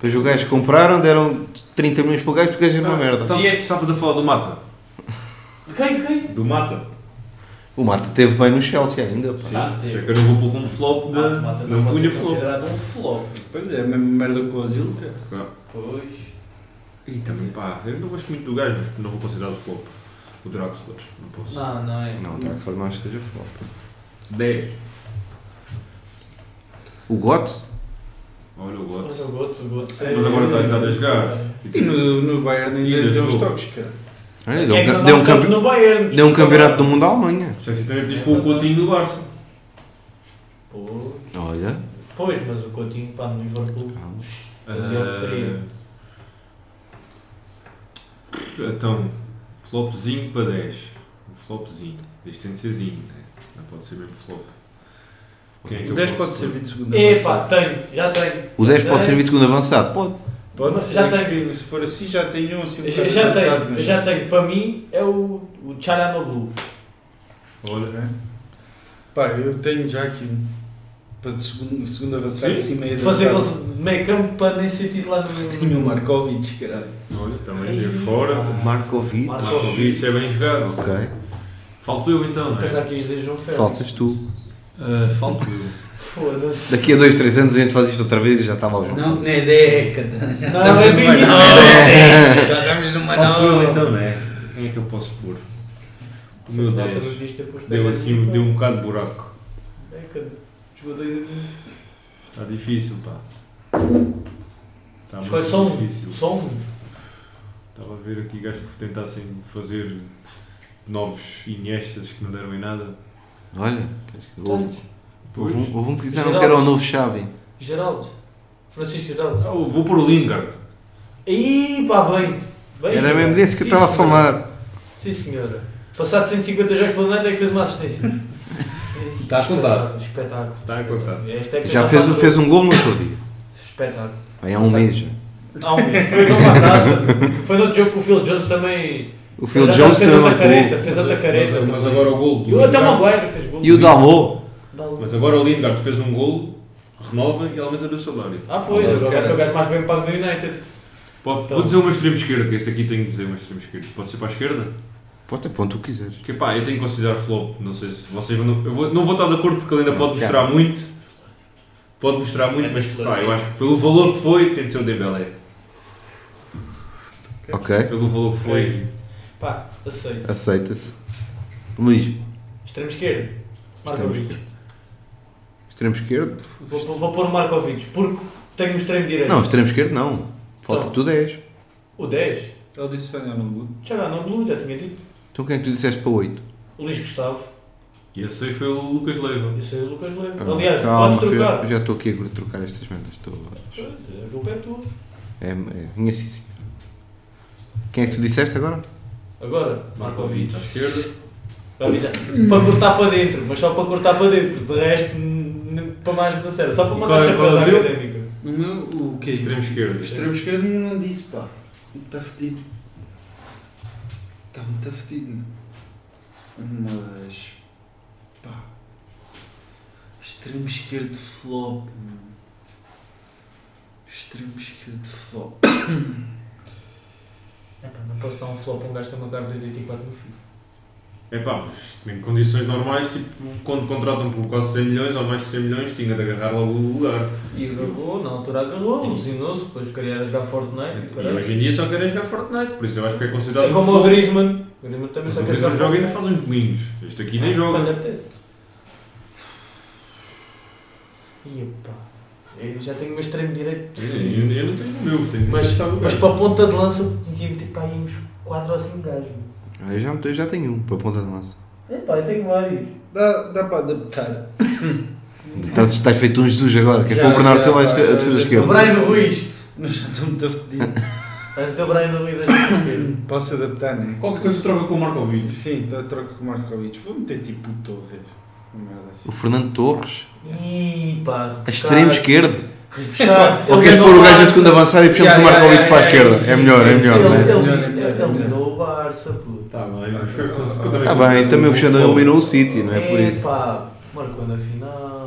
Speaker 1: Depois os gajos compraram, deram 30 milhões para o gajo porque o gajo era
Speaker 2: Ah,
Speaker 1: uma merda.
Speaker 2: então-
Speaker 4: E é que estavas a falar do Mata?
Speaker 2: De quem? De quem?
Speaker 4: Do Mata?
Speaker 1: O Mata teve bem no Chelsea ainda. pá.
Speaker 4: Sim.
Speaker 2: Ah,
Speaker 4: Já
Speaker 2: teve.
Speaker 4: que eu não vou pôr como flop
Speaker 2: Ah,
Speaker 4: da.
Speaker 2: Mata
Speaker 4: Não
Speaker 2: pode
Speaker 4: punha
Speaker 2: ser
Speaker 4: flop.
Speaker 2: considerado um flop.
Speaker 3: Pois é, a mesma merda com o Asilo, cara.
Speaker 2: Pois.
Speaker 4: é- E também pá, eu não gosto muito do gajo, mas não vou considerar o flop. O Draxler, não posso.
Speaker 2: Não, não é.
Speaker 1: Não, tá. o Traxford não esteja flop.
Speaker 4: 10.
Speaker 1: O Gotts?
Speaker 4: Olha o
Speaker 2: Mas
Speaker 4: Watts.
Speaker 2: eu gosto, eu gosto.
Speaker 4: É, Mas agora tá está está a jogar.
Speaker 2: é.
Speaker 3: E no, no Bayern ainda
Speaker 4: Ainda
Speaker 3: deu uns
Speaker 4: jogou.
Speaker 3: toques, cara.
Speaker 1: Olha,
Speaker 2: Quem é que
Speaker 1: Deu um
Speaker 2: não
Speaker 1: ca-
Speaker 2: dá
Speaker 1: deu um
Speaker 2: os toques
Speaker 1: campe-
Speaker 2: no Bayern?
Speaker 1: deu um campeonato do mundo à Alemanha.
Speaker 4: Sei se também podias pôr o Coutinho no Barça.
Speaker 2: Pô,
Speaker 1: Olha.
Speaker 2: pô, Pois, mas o Coutinho, pá, no Liverpool, fazia o que queria.
Speaker 4: Ah, então, flopzinho para 10. Um flopzinho. Isto tem de ser zinho, né? não pode ser mesmo flop. Quem é
Speaker 3: O
Speaker 4: que eu É
Speaker 3: 10
Speaker 4: posso
Speaker 3: pode
Speaker 4: pôr?
Speaker 3: servir de segunda
Speaker 2: Epá, tenho, já tenho.
Speaker 1: O 10 pode servir de segundo avançado? Pode.
Speaker 3: Pode,
Speaker 2: Já
Speaker 3: já
Speaker 2: tem.
Speaker 3: tem. Se for assim, já tem um. Assim, um
Speaker 2: Já,
Speaker 3: bocado
Speaker 2: já
Speaker 3: apertado,
Speaker 2: tenho,
Speaker 3: mas-
Speaker 2: já tenho. Para mim é o, o Chalanoglu.
Speaker 4: Olha,
Speaker 3: Pá, eu tenho já aqui um. Para de segundo, segundo avançado,
Speaker 4: Sim.
Speaker 3: assim, meia da
Speaker 2: Fazer
Speaker 3: tarde.
Speaker 2: ele meio campo para nem sentir lá no.
Speaker 3: Tinha o um Markovic, caralho.
Speaker 4: olha, também
Speaker 2: Ei.
Speaker 4: veio fora.
Speaker 1: Markovic.
Speaker 2: Marco Vinícius.
Speaker 4: Markovic é bem jogado.
Speaker 1: Ok.
Speaker 4: Falto eu então, não é?
Speaker 2: Apesar que um ias dizer João Félix.
Speaker 1: Faltas tu.
Speaker 4: Ah, falto eu.
Speaker 2: Foda-se.
Speaker 1: Daqui a 2, 3 anos a gente faz isto outra vez e já está lá o jogo.
Speaker 3: Não, não é década. Já
Speaker 2: Não,
Speaker 3: estamos
Speaker 2: é do
Speaker 3: numa
Speaker 2: início. É,
Speaker 3: nova. Já estamos numa
Speaker 4: Falto eu
Speaker 3: nova.
Speaker 4: então, não é? Quem é que eu posso pôr? O meu
Speaker 2: Sim, lá também
Speaker 4: 10.
Speaker 2: devias ter posto
Speaker 4: Deu
Speaker 2: década,
Speaker 4: assim,
Speaker 2: então.
Speaker 4: deu um bocado de buraco.
Speaker 2: Década. É, Jogou dois anos.
Speaker 4: Está difícil, pá. Está
Speaker 5: Tá
Speaker 2: Escolhe só um.
Speaker 4: difícil.
Speaker 2: Só um.
Speaker 4: Estava a ver aqui gajos que tentassem fazer novos Iniestas que não deram em nada.
Speaker 1: Olha, houve,
Speaker 2: Todos.
Speaker 1: houve um- houve um que disseram
Speaker 2: Geraldo.
Speaker 1: que era o novo Xavi.
Speaker 2: Geraldo. Francisco Geraldo.
Speaker 4: Ah, vou pôr o Lingard.
Speaker 2: Ih, pá, bem. bem
Speaker 1: Era
Speaker 2: jogado.
Speaker 1: mesmo desse que eu
Speaker 2: Sim,
Speaker 1: estava a
Speaker 2: senhora.
Speaker 1: falar.
Speaker 2: Sim, senhora. Passado 150 jogos pelo United é que fez uma assistência.
Speaker 5: Está Tá a contar. Tá
Speaker 2: Espetáculo, Espetáculo.
Speaker 4: Está a contar.
Speaker 2: Esta é que
Speaker 1: Já
Speaker 2: eu
Speaker 1: fez,
Speaker 2: tava a
Speaker 1: fez
Speaker 2: ver.
Speaker 1: um gol no outro dia.
Speaker 2: Espetáculo.
Speaker 1: Bem, há um mês já.
Speaker 2: Há um mês. Foi numa taça. Foi no outro jogo que o Phil Jones também.
Speaker 1: O Phil
Speaker 2: já
Speaker 1: Jones
Speaker 2: fez
Speaker 1: também
Speaker 2: outra careta.
Speaker 1: marcou.
Speaker 2: Fez outra careta.
Speaker 5: Mas, mas
Speaker 2: também.
Speaker 5: agora o gol do
Speaker 2: E o até
Speaker 5: Lingard-
Speaker 2: Maguire fez gol.
Speaker 1: E o Dalmo?
Speaker 2: Dá luz.
Speaker 4: Mas agora o Lingard fez um golo, renova e aumenta o salário.
Speaker 2: Ah, pois.
Speaker 4: Agora
Speaker 2: Agora vai ser o
Speaker 4: quero.
Speaker 2: gajo mais bem pago do United.
Speaker 4: Pode-
Speaker 2: Então.
Speaker 4: Vou dizer uma extrema esquerda, que este aqui tenho que dizer uma extrema esquerda. Pode ser para a esquerda?
Speaker 1: Pode ter ponto o que quiseres.
Speaker 4: Porque pá, eu tenho que considerar flop, não sei se vocês vão. Eu vou- não vou estar de acordo porque ele ainda pode
Speaker 1: Já.
Speaker 4: mostrar muito. Pode mostrar
Speaker 2: É
Speaker 4: muito, mas pá, eu acho que pelo valor que foi, tem de ser o Dembélé.
Speaker 1: Ok,
Speaker 4: Pelo valor que foi.
Speaker 2: Pá, aceito.
Speaker 1: aceita-se. Luís,
Speaker 2: Extremo esquerdo. Markovic.
Speaker 1: extremo esquerdo?
Speaker 2: Vou, vou pôr o Markovic. Porque tenho o extremo direito.
Speaker 1: Não, extremo esquerdo não. Falta
Speaker 2: Então.
Speaker 1: tu 10.
Speaker 2: O 10.
Speaker 3: Ele disse só não, é um não.
Speaker 2: Já não, não de luz, já tinha dito.
Speaker 1: Então quem é que tu disseste para 8?
Speaker 2: O Luís Gustavo.
Speaker 4: E esse aí foi o Lucas Leiva.
Speaker 2: Esse é o Lucas Leiva. Aliás,
Speaker 1: Calma,
Speaker 2: podes
Speaker 1: que eu
Speaker 2: trocar.
Speaker 1: já estou aqui a trocar estas merdas todas.
Speaker 2: Pois, A culpa é tua.
Speaker 1: É, é minha sim, senhora. Quem é que tu disseste agora?
Speaker 2: Agora, Markovic.
Speaker 4: à esquerda.
Speaker 2: Avisa. Para cortar para dentro, mas só para cortar para dentro, porque de resto, n- n- para mais da série, só para
Speaker 4: E
Speaker 2: mandar
Speaker 4: qual é-
Speaker 2: chapéus à
Speaker 4: qual é o teu?
Speaker 2: académica.
Speaker 3: O meu, o quê?
Speaker 4: Extremo esquerda.
Speaker 3: Extremo esquerdo ainda não disse, pá. Está fedido. Está muito fedido, meu. Mas. pá. Extremo esquerdo flop, meu. Extremo esquerdo flop.
Speaker 2: Epá, Não posso dar um flop a um gajo que tem uma cara de 84 no fio.
Speaker 4: É pá, mas em condições normais, tipo, quando contratam por quase 100 milhões ou mais de 100 milhões, tinha de agarrar logo o lugar.
Speaker 2: E agarrou, na altura agarrou, ilusionou-se, depois queria jogar Fortnite e
Speaker 4: E hoje em dia só querem jogar Fortnite, por isso eu acho que é considerado.
Speaker 2: É
Speaker 4: um
Speaker 2: como o
Speaker 4: flop.
Speaker 2: Griezmann. O Griezmann também
Speaker 4: Mas
Speaker 2: só
Speaker 4: o
Speaker 2: quer
Speaker 4: Griezmann
Speaker 2: jogar
Speaker 4: joga e ainda
Speaker 2: Fortnite. Ah,
Speaker 4: faz uns golinhos. Este aqui nem
Speaker 2: Quando lhe
Speaker 1: né?
Speaker 4: joga.
Speaker 2: apetece. E pá, eu já tenho o meu extremo direito
Speaker 4: Eu,
Speaker 2: definido.
Speaker 4: eu- eu não tenho o meu, tenho
Speaker 2: Mas,
Speaker 4: só o
Speaker 2: mas
Speaker 4: gajo.
Speaker 2: para a ponta de lança, metia-me tipo aí uns 4 ou 5 gajos. meu.
Speaker 1: Ah, eu, já, eu já tenho um para a ponta da massa.
Speaker 2: Epá, É, eu tenho vários.
Speaker 3: Dá, dá para adaptar.
Speaker 1: Estás, estás feito um Jesus agora. Quem
Speaker 3: Já,
Speaker 1: foi o Bernardo
Speaker 3: já,
Speaker 1: Silva à
Speaker 3: já,
Speaker 1: esquerda-
Speaker 3: já,
Speaker 1: à defesa
Speaker 3: já.
Speaker 2: O
Speaker 1: esquerda?
Speaker 2: Brian Ruiz.
Speaker 3: Mas já estou muito fedido.
Speaker 2: Então, o Brian Ruiz é esquerdo.
Speaker 3: Posso adaptar, né?
Speaker 4: Qualquer coisa troca com o Markovic.
Speaker 3: Sim, então eu troco com o Markovic. Vou meter tipo o Torres. Uma merda assim.
Speaker 1: O Fernando Torres?
Speaker 2: Ih, pá.
Speaker 1: A extremo esquerdo?
Speaker 2: esquerdo.
Speaker 1: Ou queres pôr o gajo na segunda avançada e puxamos
Speaker 3: Já,
Speaker 1: o
Speaker 3: já,
Speaker 1: Marco
Speaker 3: já,
Speaker 1: Alito para a
Speaker 3: já,
Speaker 1: esquerda?
Speaker 3: sim,
Speaker 1: É melhor,
Speaker 3: sim,
Speaker 1: é
Speaker 3: sim,
Speaker 1: melhor,
Speaker 3: sim.
Speaker 1: não é?
Speaker 3: Ele-
Speaker 2: Ele eliminou o Barça, puto.
Speaker 4: Tá bem, mas foi
Speaker 1: Está bem, também o Cristiano eliminou o City, não é por isso.
Speaker 2: Epá, marcou na final.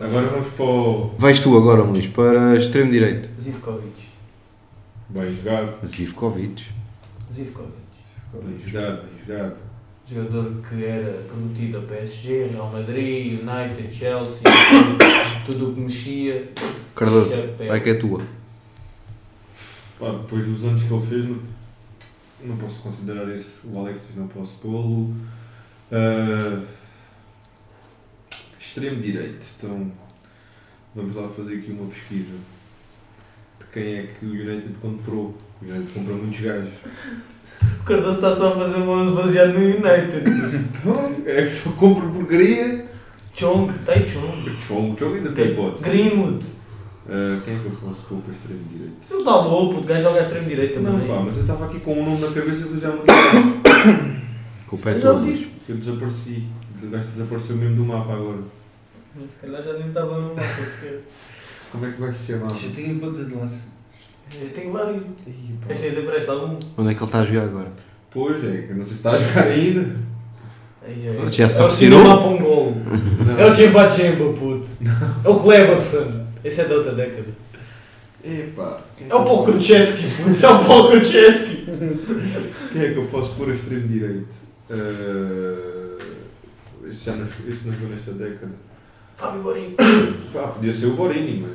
Speaker 4: Agora vamos para o.
Speaker 1: Vais tu agora, Luís, para extremo direito.
Speaker 2: Zivkovic.
Speaker 4: Bem jogado.
Speaker 1: Zivkovic.
Speaker 2: Zivkovic.
Speaker 4: Bem jogado, bem jogado.
Speaker 2: Jogador que era prometido ao PSG, Real Madrid, United, Chelsea, tudo o que mexia.
Speaker 1: Cardoso,
Speaker 2: Era pé.
Speaker 1: vai que é tua.
Speaker 4: Pá, depois dos anos que ele fez, não, não posso considerar esse. O Alexis não posso pô-lo. Ah, extremo direito. Então, vamos lá fazer aqui uma pesquisa de quem é que o United comprou. O United comprou muitos gajos.
Speaker 2: O Cardoso está só a fazer um 11 baseado no United.
Speaker 4: É que só compro porcaria
Speaker 2: Chong, Tai Chong,
Speaker 4: Chong, Chong um ainda tem hipótese.
Speaker 2: Greenwood.
Speaker 4: Ah, quem é que eu posso pôr para extremo direito?
Speaker 2: Ele dá louco, o gajo joga à extrema direita
Speaker 4: Não,
Speaker 2: também.
Speaker 4: pá, mas eu estava aqui com um nome na cabeça que eu já me disse.
Speaker 1: Com o
Speaker 2: Eu
Speaker 1: pé
Speaker 2: já o
Speaker 1: todo.
Speaker 2: disse.
Speaker 4: Eu desapareci. O gajo desapareceu mesmo do mapa agora.
Speaker 2: Mas Se calhar já nem estava no mapa sequer.
Speaker 5: Como é que vai se chamar?
Speaker 3: Já tinha ponta de lança.
Speaker 2: Eu tenho vários.
Speaker 4: Ih, pá.
Speaker 2: Esta um. ideia parece algum.
Speaker 1: Onde é que ele está a jogar agora?
Speaker 4: Pois é, que eu não sei se está a jogar ainda.
Speaker 2: Ai, ai.
Speaker 1: Já se
Speaker 2: é o
Speaker 1: retirou?
Speaker 2: cinema para um gol. É
Speaker 4: Não.
Speaker 2: o Jemba Jemba, puto. É o Cleberson. Esse é da outra década.
Speaker 4: Epá.
Speaker 2: É o Paul Kucheski, puto. É o Paul Kucheski.
Speaker 4: Quem é que eu posso pôr a extremo direito? Ah, Este já não, este não jogou nesta década.
Speaker 2: Fábio Borinho.
Speaker 4: Pá, podia ser o Borini, mas.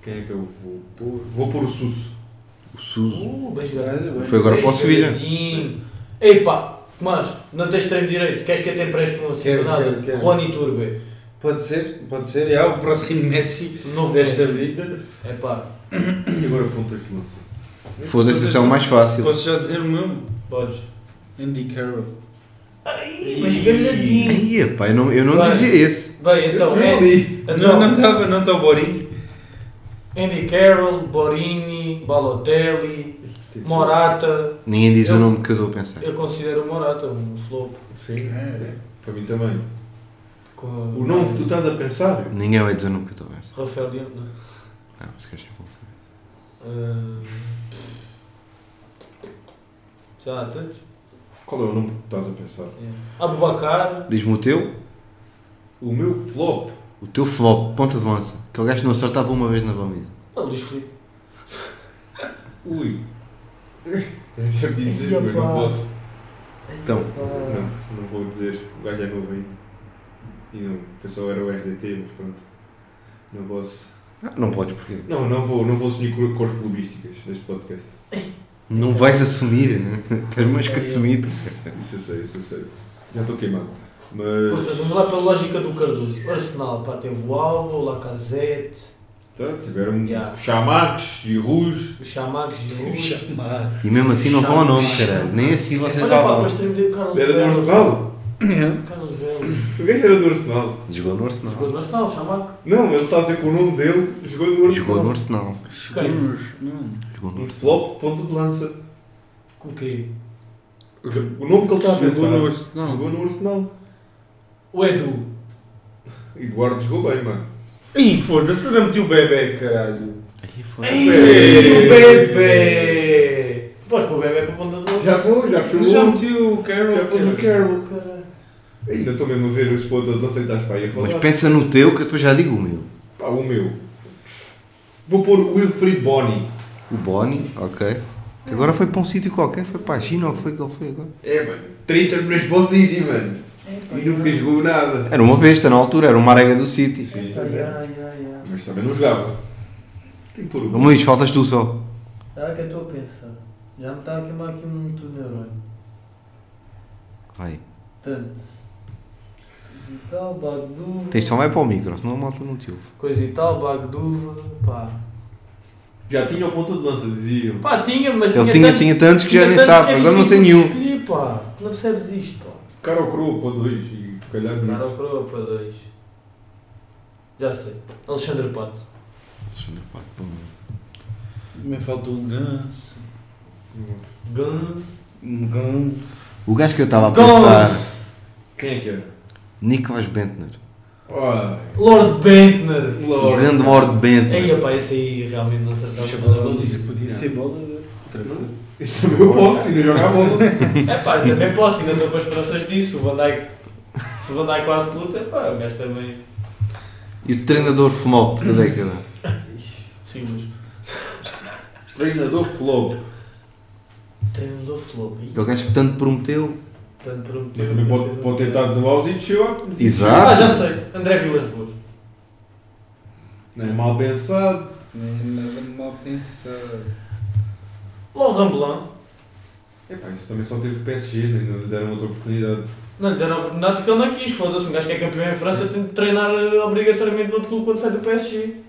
Speaker 4: Quem é que eu vou pôr? Vou pôr o Susso.
Speaker 1: O Suso.
Speaker 2: Uh, bem jogado.
Speaker 3: Foi
Speaker 1: Foi agora né? para o
Speaker 2: Bem
Speaker 1: Sevilha.
Speaker 2: jogadinho. Epá, Tomás, não tens extremo direito. Queres que eu te empreste um assim
Speaker 3: Quero,
Speaker 2: do nada?
Speaker 3: quero, quero.
Speaker 2: Rony Turbe.
Speaker 3: Pode ser, pode ser. É o próximo Messi
Speaker 2: Novo
Speaker 3: desta
Speaker 2: Messi.
Speaker 3: vida.
Speaker 2: Epá,
Speaker 4: E agora pontas de lança.
Speaker 1: Foda-se, esse é o mais fácil.
Speaker 3: Posso já dizer o meu?
Speaker 2: podes.
Speaker 3: Andy Carroll.
Speaker 2: Ih, Mas grandadinho.
Speaker 1: Ia, pá, eu não, eu não
Speaker 2: Vai.
Speaker 1: dizia esse.
Speaker 2: Bem, então,
Speaker 4: Eu fui
Speaker 2: é,
Speaker 4: ali.
Speaker 3: Não, não
Speaker 2: então
Speaker 3: estava, não está o Borinho.
Speaker 2: Andy Carroll, Borini, Balotelli,
Speaker 4: Tem de ser.
Speaker 2: Morata.
Speaker 1: Ninguém diz
Speaker 2: Eu-
Speaker 1: o nome que eu dou a pensar.
Speaker 2: Eu considero o Morata um flop.
Speaker 4: Sim,
Speaker 3: É.
Speaker 4: para mim também.
Speaker 2: Com
Speaker 4: O nome que tu estás a pensar?
Speaker 1: Ninguém vai dizer o nome que eu estou a pensar.
Speaker 2: Rafael Leão, não.
Speaker 1: Não, é se calhar já vou.
Speaker 2: Ah, Já há tantos?
Speaker 4: Qual é o nome que tu estás a pensar?
Speaker 2: É. Abubacar,
Speaker 1: Diz-me o teu,
Speaker 4: O meu flop.
Speaker 1: o teu flop, ponta de lança. Aquele gajo que não acertava uma vez na baliza.
Speaker 2: ah, Luís Filipe.
Speaker 4: Ui. Deve dizer,
Speaker 2: Ih,
Speaker 4: mas não
Speaker 2: pá.
Speaker 4: posso.
Speaker 1: Então.
Speaker 2: Ah,
Speaker 4: Não, não vou dizer. O gajo é novo ainda. E não, o pessoal era o RDT, mas pronto. Não posso.
Speaker 1: Ah, não podes porque
Speaker 4: Não, não vou, não vou assumir cor- cores clubísticas neste podcast.
Speaker 1: não vais assumir, né? Tens mais que assumido.
Speaker 4: Isso eu sei, isso eu sei. Já estou queimado.
Speaker 2: Portanto,
Speaker 4: Mas.
Speaker 2: vamos lá pela lógica do Cardoso. O Arsenal, pá, teve o Alba, o Lacazette,
Speaker 4: Tá, tiveram
Speaker 2: Yeah.
Speaker 4: Chamax e Rouge.
Speaker 2: o Chamax Giroud.
Speaker 3: Chamar.
Speaker 1: E mesmo assim não vão ao nome, caralho. Nem assim vocês
Speaker 2: Olha pá,
Speaker 1: davam.
Speaker 2: mas tem o Carlos
Speaker 4: Era do
Speaker 2: Vela.
Speaker 4: Arsenal?
Speaker 2: Carlos Vela.
Speaker 4: O gajo era do Arsenal.
Speaker 1: Jogou no
Speaker 2: Jogou
Speaker 1: Arsenal.
Speaker 2: no Arsenal, o Chamax.
Speaker 4: Não, ele está a dizer que o nome dele jogou no Arsenal.
Speaker 1: Jogou no Arsenal.
Speaker 3: Chegamos. Não.
Speaker 1: Jogou no
Speaker 4: Um
Speaker 1: Arsenal.
Speaker 4: flop, ponto de lança.
Speaker 2: O quê?
Speaker 4: O nome que ele está a pensar.
Speaker 3: Chegou no Arsenal.
Speaker 4: Jogou no Arsenal.
Speaker 2: O Edu.
Speaker 4: Eduardo jogou bem, mano.
Speaker 3: Ih, foda-se, eu não meti o bebê, caralho.
Speaker 1: Aí foi.
Speaker 2: Ei, o Bebê! Podes pôr o Bebê para a ponta do
Speaker 4: Já vou, já fechou
Speaker 3: Já
Speaker 4: o
Speaker 3: meti o Carroll.
Speaker 4: Já pôs o
Speaker 3: caralho.
Speaker 4: Carroll.
Speaker 2: Caralho.
Speaker 4: Ainda estou mesmo a ver os pontos, não sei se estás para aí a falar.
Speaker 1: Mas pensa no teu que eu depois já digo o meu.
Speaker 4: Pá, o meu. Vou pôr o Wilfried Bonny.
Speaker 1: O Boni, ok. Que agora foi para um sítio qualquer, foi para a China ou o que foi que ele foi agora?
Speaker 4: É, mano. 30 milhões para o City, mano.
Speaker 2: É,
Speaker 4: E nunca jogou nada.
Speaker 1: Era uma besta na altura, era uma arega do City.
Speaker 4: Sim,
Speaker 2: Ai, ai, ai.
Speaker 4: mas também não jogava. Tem que pôr o.
Speaker 1: Ô, Luís, faltas tu só.
Speaker 2: Ah, que eu estou a pensar. Já me está a queimar aqui um muito o neurônio.
Speaker 1: Vai.
Speaker 2: Tanto. Zital, Bagduva.
Speaker 1: Tens só vai para o micro, senão a malta não te ouve.
Speaker 2: Coisa e tal, Bagduva. Pá.
Speaker 4: Já tinha o ponto de lança, dizia ele.
Speaker 2: Pá, tinha, mas
Speaker 1: Ele
Speaker 2: tinha.
Speaker 1: tinha,
Speaker 2: tanto-
Speaker 1: tinha tantos que já
Speaker 2: tinha
Speaker 1: nem
Speaker 2: tanto
Speaker 1: sabe,
Speaker 2: que é
Speaker 1: agora não sei
Speaker 2: difícil de
Speaker 1: nenhum.
Speaker 2: Escolher, pá. Tu Não percebes isto, pá.
Speaker 4: Cara ou croa para dois e calhar
Speaker 2: Cara
Speaker 4: nisso.
Speaker 2: ou coroa para dois. Já sei. Alexandre Pato.
Speaker 3: Me faltou um o Ganso.
Speaker 2: Guns.
Speaker 3: Um Ganso.
Speaker 1: O gajo que eu estava a pensar,
Speaker 2: Guns!
Speaker 4: Quem é que era?
Speaker 1: Nicolas Bentner.
Speaker 4: Ai,
Speaker 2: Lord Bentner!
Speaker 1: O
Speaker 4: Lord.
Speaker 1: grande Lord Bentner.
Speaker 2: Ei, pá, esse aí realmente não acertava.
Speaker 3: Chaval, disse que podia ser bola.
Speaker 4: Isso também eu posso, ainda joga a bola.
Speaker 2: É pá, eu também posso, ainda estou com esperanças disso. O Van Dijk, se o Van Dijk quase luta, é pá, o gajo também.
Speaker 1: E o treinador fumou da década.
Speaker 2: Sim, mas.
Speaker 4: Treinador flop.
Speaker 2: Treinador flop. Ih,
Speaker 1: Aquele gajo que tanto prometeu.
Speaker 2: Tanto um prometeu.
Speaker 4: Mas também pode, pode tentar no Aussie Show.
Speaker 1: Exato.
Speaker 2: Ah, já sei. André Vilas Boas.
Speaker 4: Não é mal pensado.
Speaker 3: Nem nada mal pensado.
Speaker 2: Logo Rambelão.
Speaker 4: Epá, É, isso também só teve PSG, né? não lhe deram outra oportunidade.
Speaker 2: Não lhe deram a oportunidade porque ele não quis. Foda-se, um gajo que é campeão em França tem de treinar eh, obrigatoriamente no clube quando sai do PSG.
Speaker 1: Ele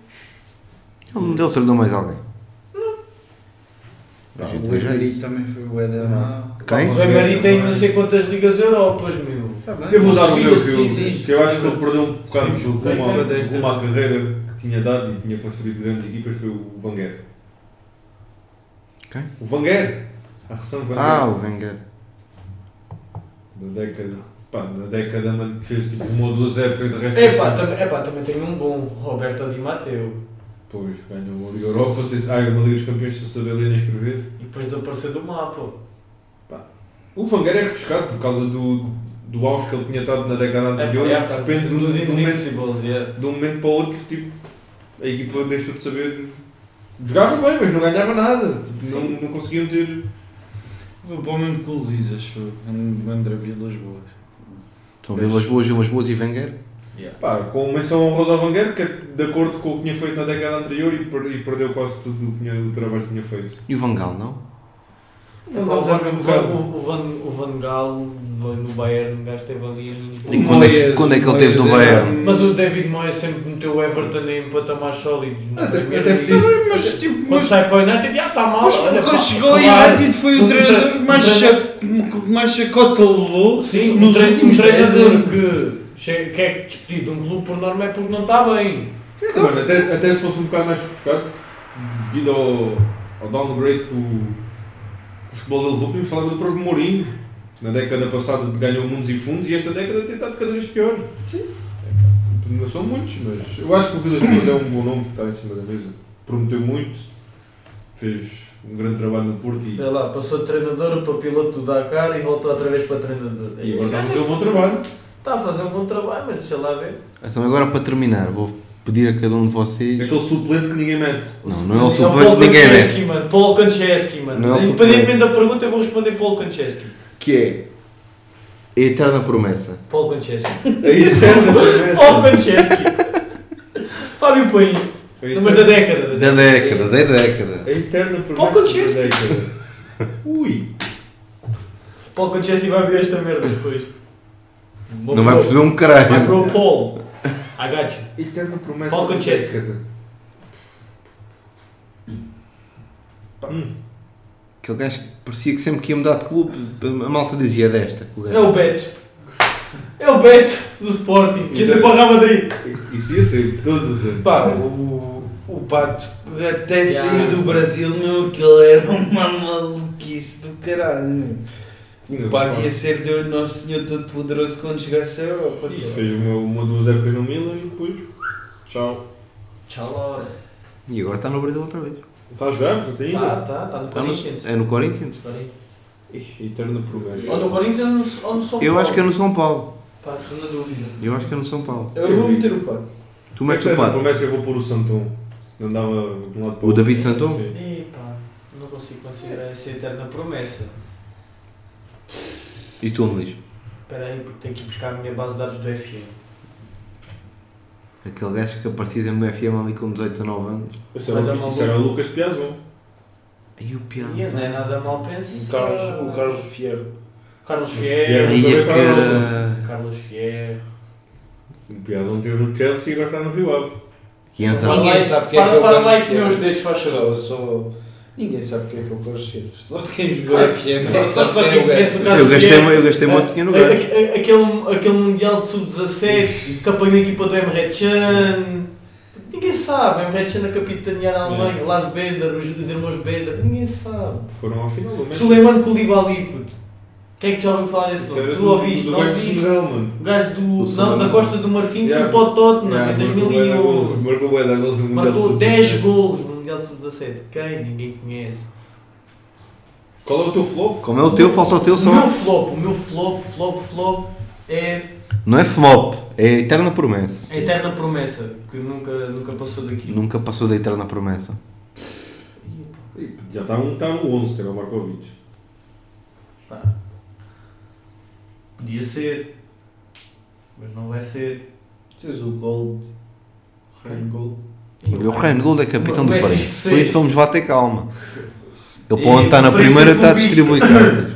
Speaker 1: não deu treinou mais alguém.
Speaker 3: Pá,
Speaker 1: A gente
Speaker 3: O
Speaker 1: veja
Speaker 3: Emery
Speaker 1: isso.
Speaker 3: também foi o Eder
Speaker 4: Não.
Speaker 3: mal.
Speaker 1: Quem?
Speaker 2: O Emery tem não sei quantas ligas Europas, meu.
Speaker 3: Tá bem.
Speaker 4: Eu vou dar o meu que
Speaker 2: Ah, Sim,
Speaker 4: eu,
Speaker 2: sim,
Speaker 4: que eu acho que ele perdeu um
Speaker 3: Sim,
Speaker 4: bocado de rumo,
Speaker 3: tem
Speaker 4: à-
Speaker 3: que-
Speaker 4: de rumo à carreira que tinha dado e tinha construído grandes equipas foi o Vanguer.
Speaker 1: Quem?
Speaker 4: O Vanguer! A Ressão Vanguer.
Speaker 1: Ah, o Wenger.
Speaker 4: Da década. Pá, na década, mano, fez tipo uma ou duas épocas de resto.
Speaker 2: Epá, tá-
Speaker 4: assim.
Speaker 2: tam epá, também tenho um bom, Roberto Di Matteo.
Speaker 4: Pois, ganhou a Liga Europa, sei se... Ah, uma Liga dos Campeões, se saber ler nem escrever.
Speaker 2: E depois desapareceu do mapa.
Speaker 4: O Vanguer é repescado por causa do, do auge que ele tinha estado na década
Speaker 2: É,
Speaker 4: anterior.
Speaker 2: Epá,
Speaker 4: de
Speaker 2: epá,
Speaker 4: repente, de um-
Speaker 2: dos é.
Speaker 4: de um momento
Speaker 2: Invincibles, yeah.
Speaker 4: de um momento para o outro, tipo, a equipa deixou de saber. Jogava bem, mas não ganhava nada. Tipo, não,
Speaker 2: Sim.
Speaker 4: não conseguiam ter.
Speaker 3: Vou para o mesmo que o Luís achou. Um André Vilas Boas.
Speaker 1: Estão a ver Las Boas, Las Boas e Wenger?
Speaker 4: Pá, com menção honrosa ao Vangueiro, que é de acordo com o que tinha feito na década anterior e, per- e perdeu quase tudo o, que tinha, o trabalho que tinha feito.
Speaker 1: E o Vangal, não?
Speaker 2: Epá,
Speaker 4: Não
Speaker 2: Então, o,
Speaker 4: dá
Speaker 2: Van,
Speaker 4: para
Speaker 2: o,
Speaker 4: ver.
Speaker 2: Van, o, Van, o Van Gaal no no Bayern, o gajo teve ali a menos
Speaker 1: E quando é que- quando é que ele teve no Bayern?
Speaker 3: eh,
Speaker 2: Mas o David Moyes sempre meteu o Everton em patamares sólidos na
Speaker 4: Até-
Speaker 2: Premier
Speaker 4: até-
Speaker 2: League.
Speaker 3: Mas tipo,
Speaker 2: Quando
Speaker 3: mas.
Speaker 2: sai para o United, ah, está mal.
Speaker 3: Mas
Speaker 2: olha, pá,
Speaker 3: quando chegou aí,
Speaker 2: claro.
Speaker 3: United foi o
Speaker 2: Um tre-
Speaker 3: treinador que mais
Speaker 2: um
Speaker 3: cha- que mais chacota levou.
Speaker 2: Sim,
Speaker 3: nos
Speaker 2: um, tre um
Speaker 3: últimos
Speaker 2: treinador
Speaker 3: anos.
Speaker 2: que, chega, que é despedido de um clube por norma é porque não está bem.
Speaker 4: Então, mano, até, até se fosse um bocado mais repescado, devido ao, ao downgrade que o, que o futebol dele levou, podíamos falar do próprio Mourinho. Na década passada ganhou mundos e fundos e esta década tem estado cada vez pior. Sim. Não são muitos, mas eu acho que o Vilas Boas é um bom nome que está em cima da mesa. Prometeu muito, fez um grande trabalho no Porto e,
Speaker 2: Sei lá, passou de treinador para piloto do Dakar e voltou outra vez para treinador.
Speaker 4: e agora está a fazer um bom trabalho.
Speaker 2: Está a fazer um bom trabalho, mas deixa lá ver.
Speaker 1: Então agora para terminar, vou pedir a cada um de vocês.
Speaker 4: Aquele suplente que ninguém mete.
Speaker 1: Não, não é o
Speaker 2: Paulo
Speaker 1: suplente de ninguém, é.
Speaker 2: Konchesky, mano. Paulo Konchesky, mano.
Speaker 1: Não é o
Speaker 2: Independentemente da pergunta, eu vou responder Paulo Konchesky.
Speaker 1: Que é a eterna promessa.
Speaker 2: Paulo Konchesky.
Speaker 4: Aí
Speaker 2: Paulo Konchesky. Fábio Paim. Números da década.
Speaker 1: Da
Speaker 2: da
Speaker 1: década, da década.
Speaker 4: A eterna
Speaker 2: Pouco
Speaker 4: É promessa
Speaker 2: chance.
Speaker 4: da década. Ui.
Speaker 2: Paulo Conchesi vai ver esta merda depois.
Speaker 1: Não vai perceber um
Speaker 2: Vai para
Speaker 1: caralho.
Speaker 2: o Paul. Agacha.
Speaker 4: Eterna promessa
Speaker 2: Paulo
Speaker 4: da
Speaker 2: Conchesky.
Speaker 4: década. Hum.
Speaker 1: Aquele gajo que parecia que sempre que ia mudar de clube, a malta dizia desta. que o gajo-
Speaker 2: É o Beto. É o Beto do Sporting. Que ia ser
Speaker 4: Exato.
Speaker 2: para o Real Madrid.
Speaker 4: Isso ia ser todos os anos.
Speaker 3: Pá, o, o Pato até
Speaker 2: Yeah.
Speaker 3: saiu do Brasil, meu, aquilo era uma maluquice do caralho. meu. O Pato ia ser Deus Nosso Senhor Todo-Poderoso quando chegasse à Europa.
Speaker 4: Isto
Speaker 3: pá.
Speaker 4: fez uma, uma duas épocas no Milan e depois. Tchau.
Speaker 2: Tchau, Laura.
Speaker 1: E agora está no Brasil outra vez.
Speaker 4: Está a jogar? Não tem
Speaker 2: Tá,
Speaker 4: ainda?
Speaker 2: tá, tá no
Speaker 1: Está no-
Speaker 2: Corinthians.
Speaker 1: é no Corinthians.
Speaker 4: Ih, Eterna promessa.
Speaker 2: Ou no Corinthians ou no São Paulo.
Speaker 1: Eu acho que é no São Paulo.
Speaker 2: Pá, estou na dúvida.
Speaker 1: Eu acho que é no São Paulo.
Speaker 3: Eu vou meter o Pato.
Speaker 1: Tu metes o
Speaker 2: É,
Speaker 4: Eterna
Speaker 1: pato.
Speaker 4: promessa eu vou pôr o Santum. Não dava de um lado para
Speaker 1: O David Santum?
Speaker 4: Sim.
Speaker 2: Epá, não consigo considerar essa eterna promessa.
Speaker 1: E tu, Luís?
Speaker 2: Espera aí, porque tenho que ir buscar a minha base de dados do FM.
Speaker 1: Aquele gajo que aparecia sempre no FM ali com 18, 19 anos.
Speaker 4: Isso era, o- isso era o Lucas Piazon.
Speaker 1: Aí o piado.
Speaker 2: E não é nada mal pensado.
Speaker 3: Fierro.
Speaker 2: Carlos
Speaker 4: Fierro.
Speaker 2: Fierro.
Speaker 1: Aí é que era.
Speaker 2: Carlos Fierro.
Speaker 4: O Piazon esteve no Chelsea e agora está no Rio Ave.
Speaker 1: Que entra.
Speaker 2: Para
Speaker 3: Ninguém
Speaker 2: lá e-
Speaker 3: sabe quem é que é
Speaker 2: Para
Speaker 3: o
Speaker 2: para lá
Speaker 3: Carlos
Speaker 2: e que meus
Speaker 3: Fierro.
Speaker 2: dedos faz favor.
Speaker 3: Só, só. Ninguém sabe o que é que é o Carlos Fierro. Só quem jogou FM.
Speaker 2: Só- só- só quem conhece o Carlos
Speaker 1: Eu gastei,
Speaker 2: Fierro.
Speaker 1: eu gastei muito dinheiro no
Speaker 2: A- a-
Speaker 1: gajo.
Speaker 2: a- Aquele, aquele Mundial de Sub-17 que apanhou a equipa do Emre Can. Ninguém sabe. Emre Can a capitanear a Alemanha. Lars Bender, os, os irmãos Bender. Ninguém sabe.
Speaker 4: Foram ao final né? do México.
Speaker 2: Suleiman Koulibaly, puto. Quem é que já ouviu falar desse
Speaker 4: Isso
Speaker 2: nome?
Speaker 4: era
Speaker 2: Tu
Speaker 4: do-
Speaker 2: ouviste?
Speaker 4: do
Speaker 2: Não
Speaker 4: gajo do
Speaker 2: ouviste?
Speaker 4: Senegal, mano.
Speaker 2: O gajo do, não,
Speaker 1: Suleiman.
Speaker 2: da Costa do Marfim
Speaker 4: Yeah.
Speaker 2: foi para o Tottenham
Speaker 4: Yeah,
Speaker 2: em
Speaker 4: marcou bué de
Speaker 2: 2011.
Speaker 4: golos, Marcou bué de golos no Mundial
Speaker 2: Marcou
Speaker 4: de
Speaker 2: 10
Speaker 4: Sub-17.
Speaker 2: golos no Mundial Sub-17. Quem? Ninguém conhece.
Speaker 4: Qual é o teu flop?
Speaker 1: Como é o teu, falta o teu
Speaker 2: O meu
Speaker 1: só.
Speaker 2: flop, o meu flop, flop, flop é
Speaker 1: Não é flop, é a eterna promessa.
Speaker 2: a eterna promessa que nunca, nunca passou daqui.
Speaker 1: Nunca passou da eterna promessa.
Speaker 2: Ih, pá,
Speaker 4: Ih, Já está um, tá um 11, que era o Markovic.
Speaker 2: pá. Podia ser, mas não vai ser.
Speaker 3: Tens o Gold. Ryan Gold.
Speaker 1: Olha, O Ryan Gold é capitão do
Speaker 2: Mas
Speaker 1: Paris.
Speaker 2: isso- é-
Speaker 1: Por isso vamos lá ter calma. Ele
Speaker 2: E
Speaker 1: pode estar na
Speaker 2: preferência
Speaker 1: primeira, está a
Speaker 2: com o bicho.
Speaker 1: distribuir cartas.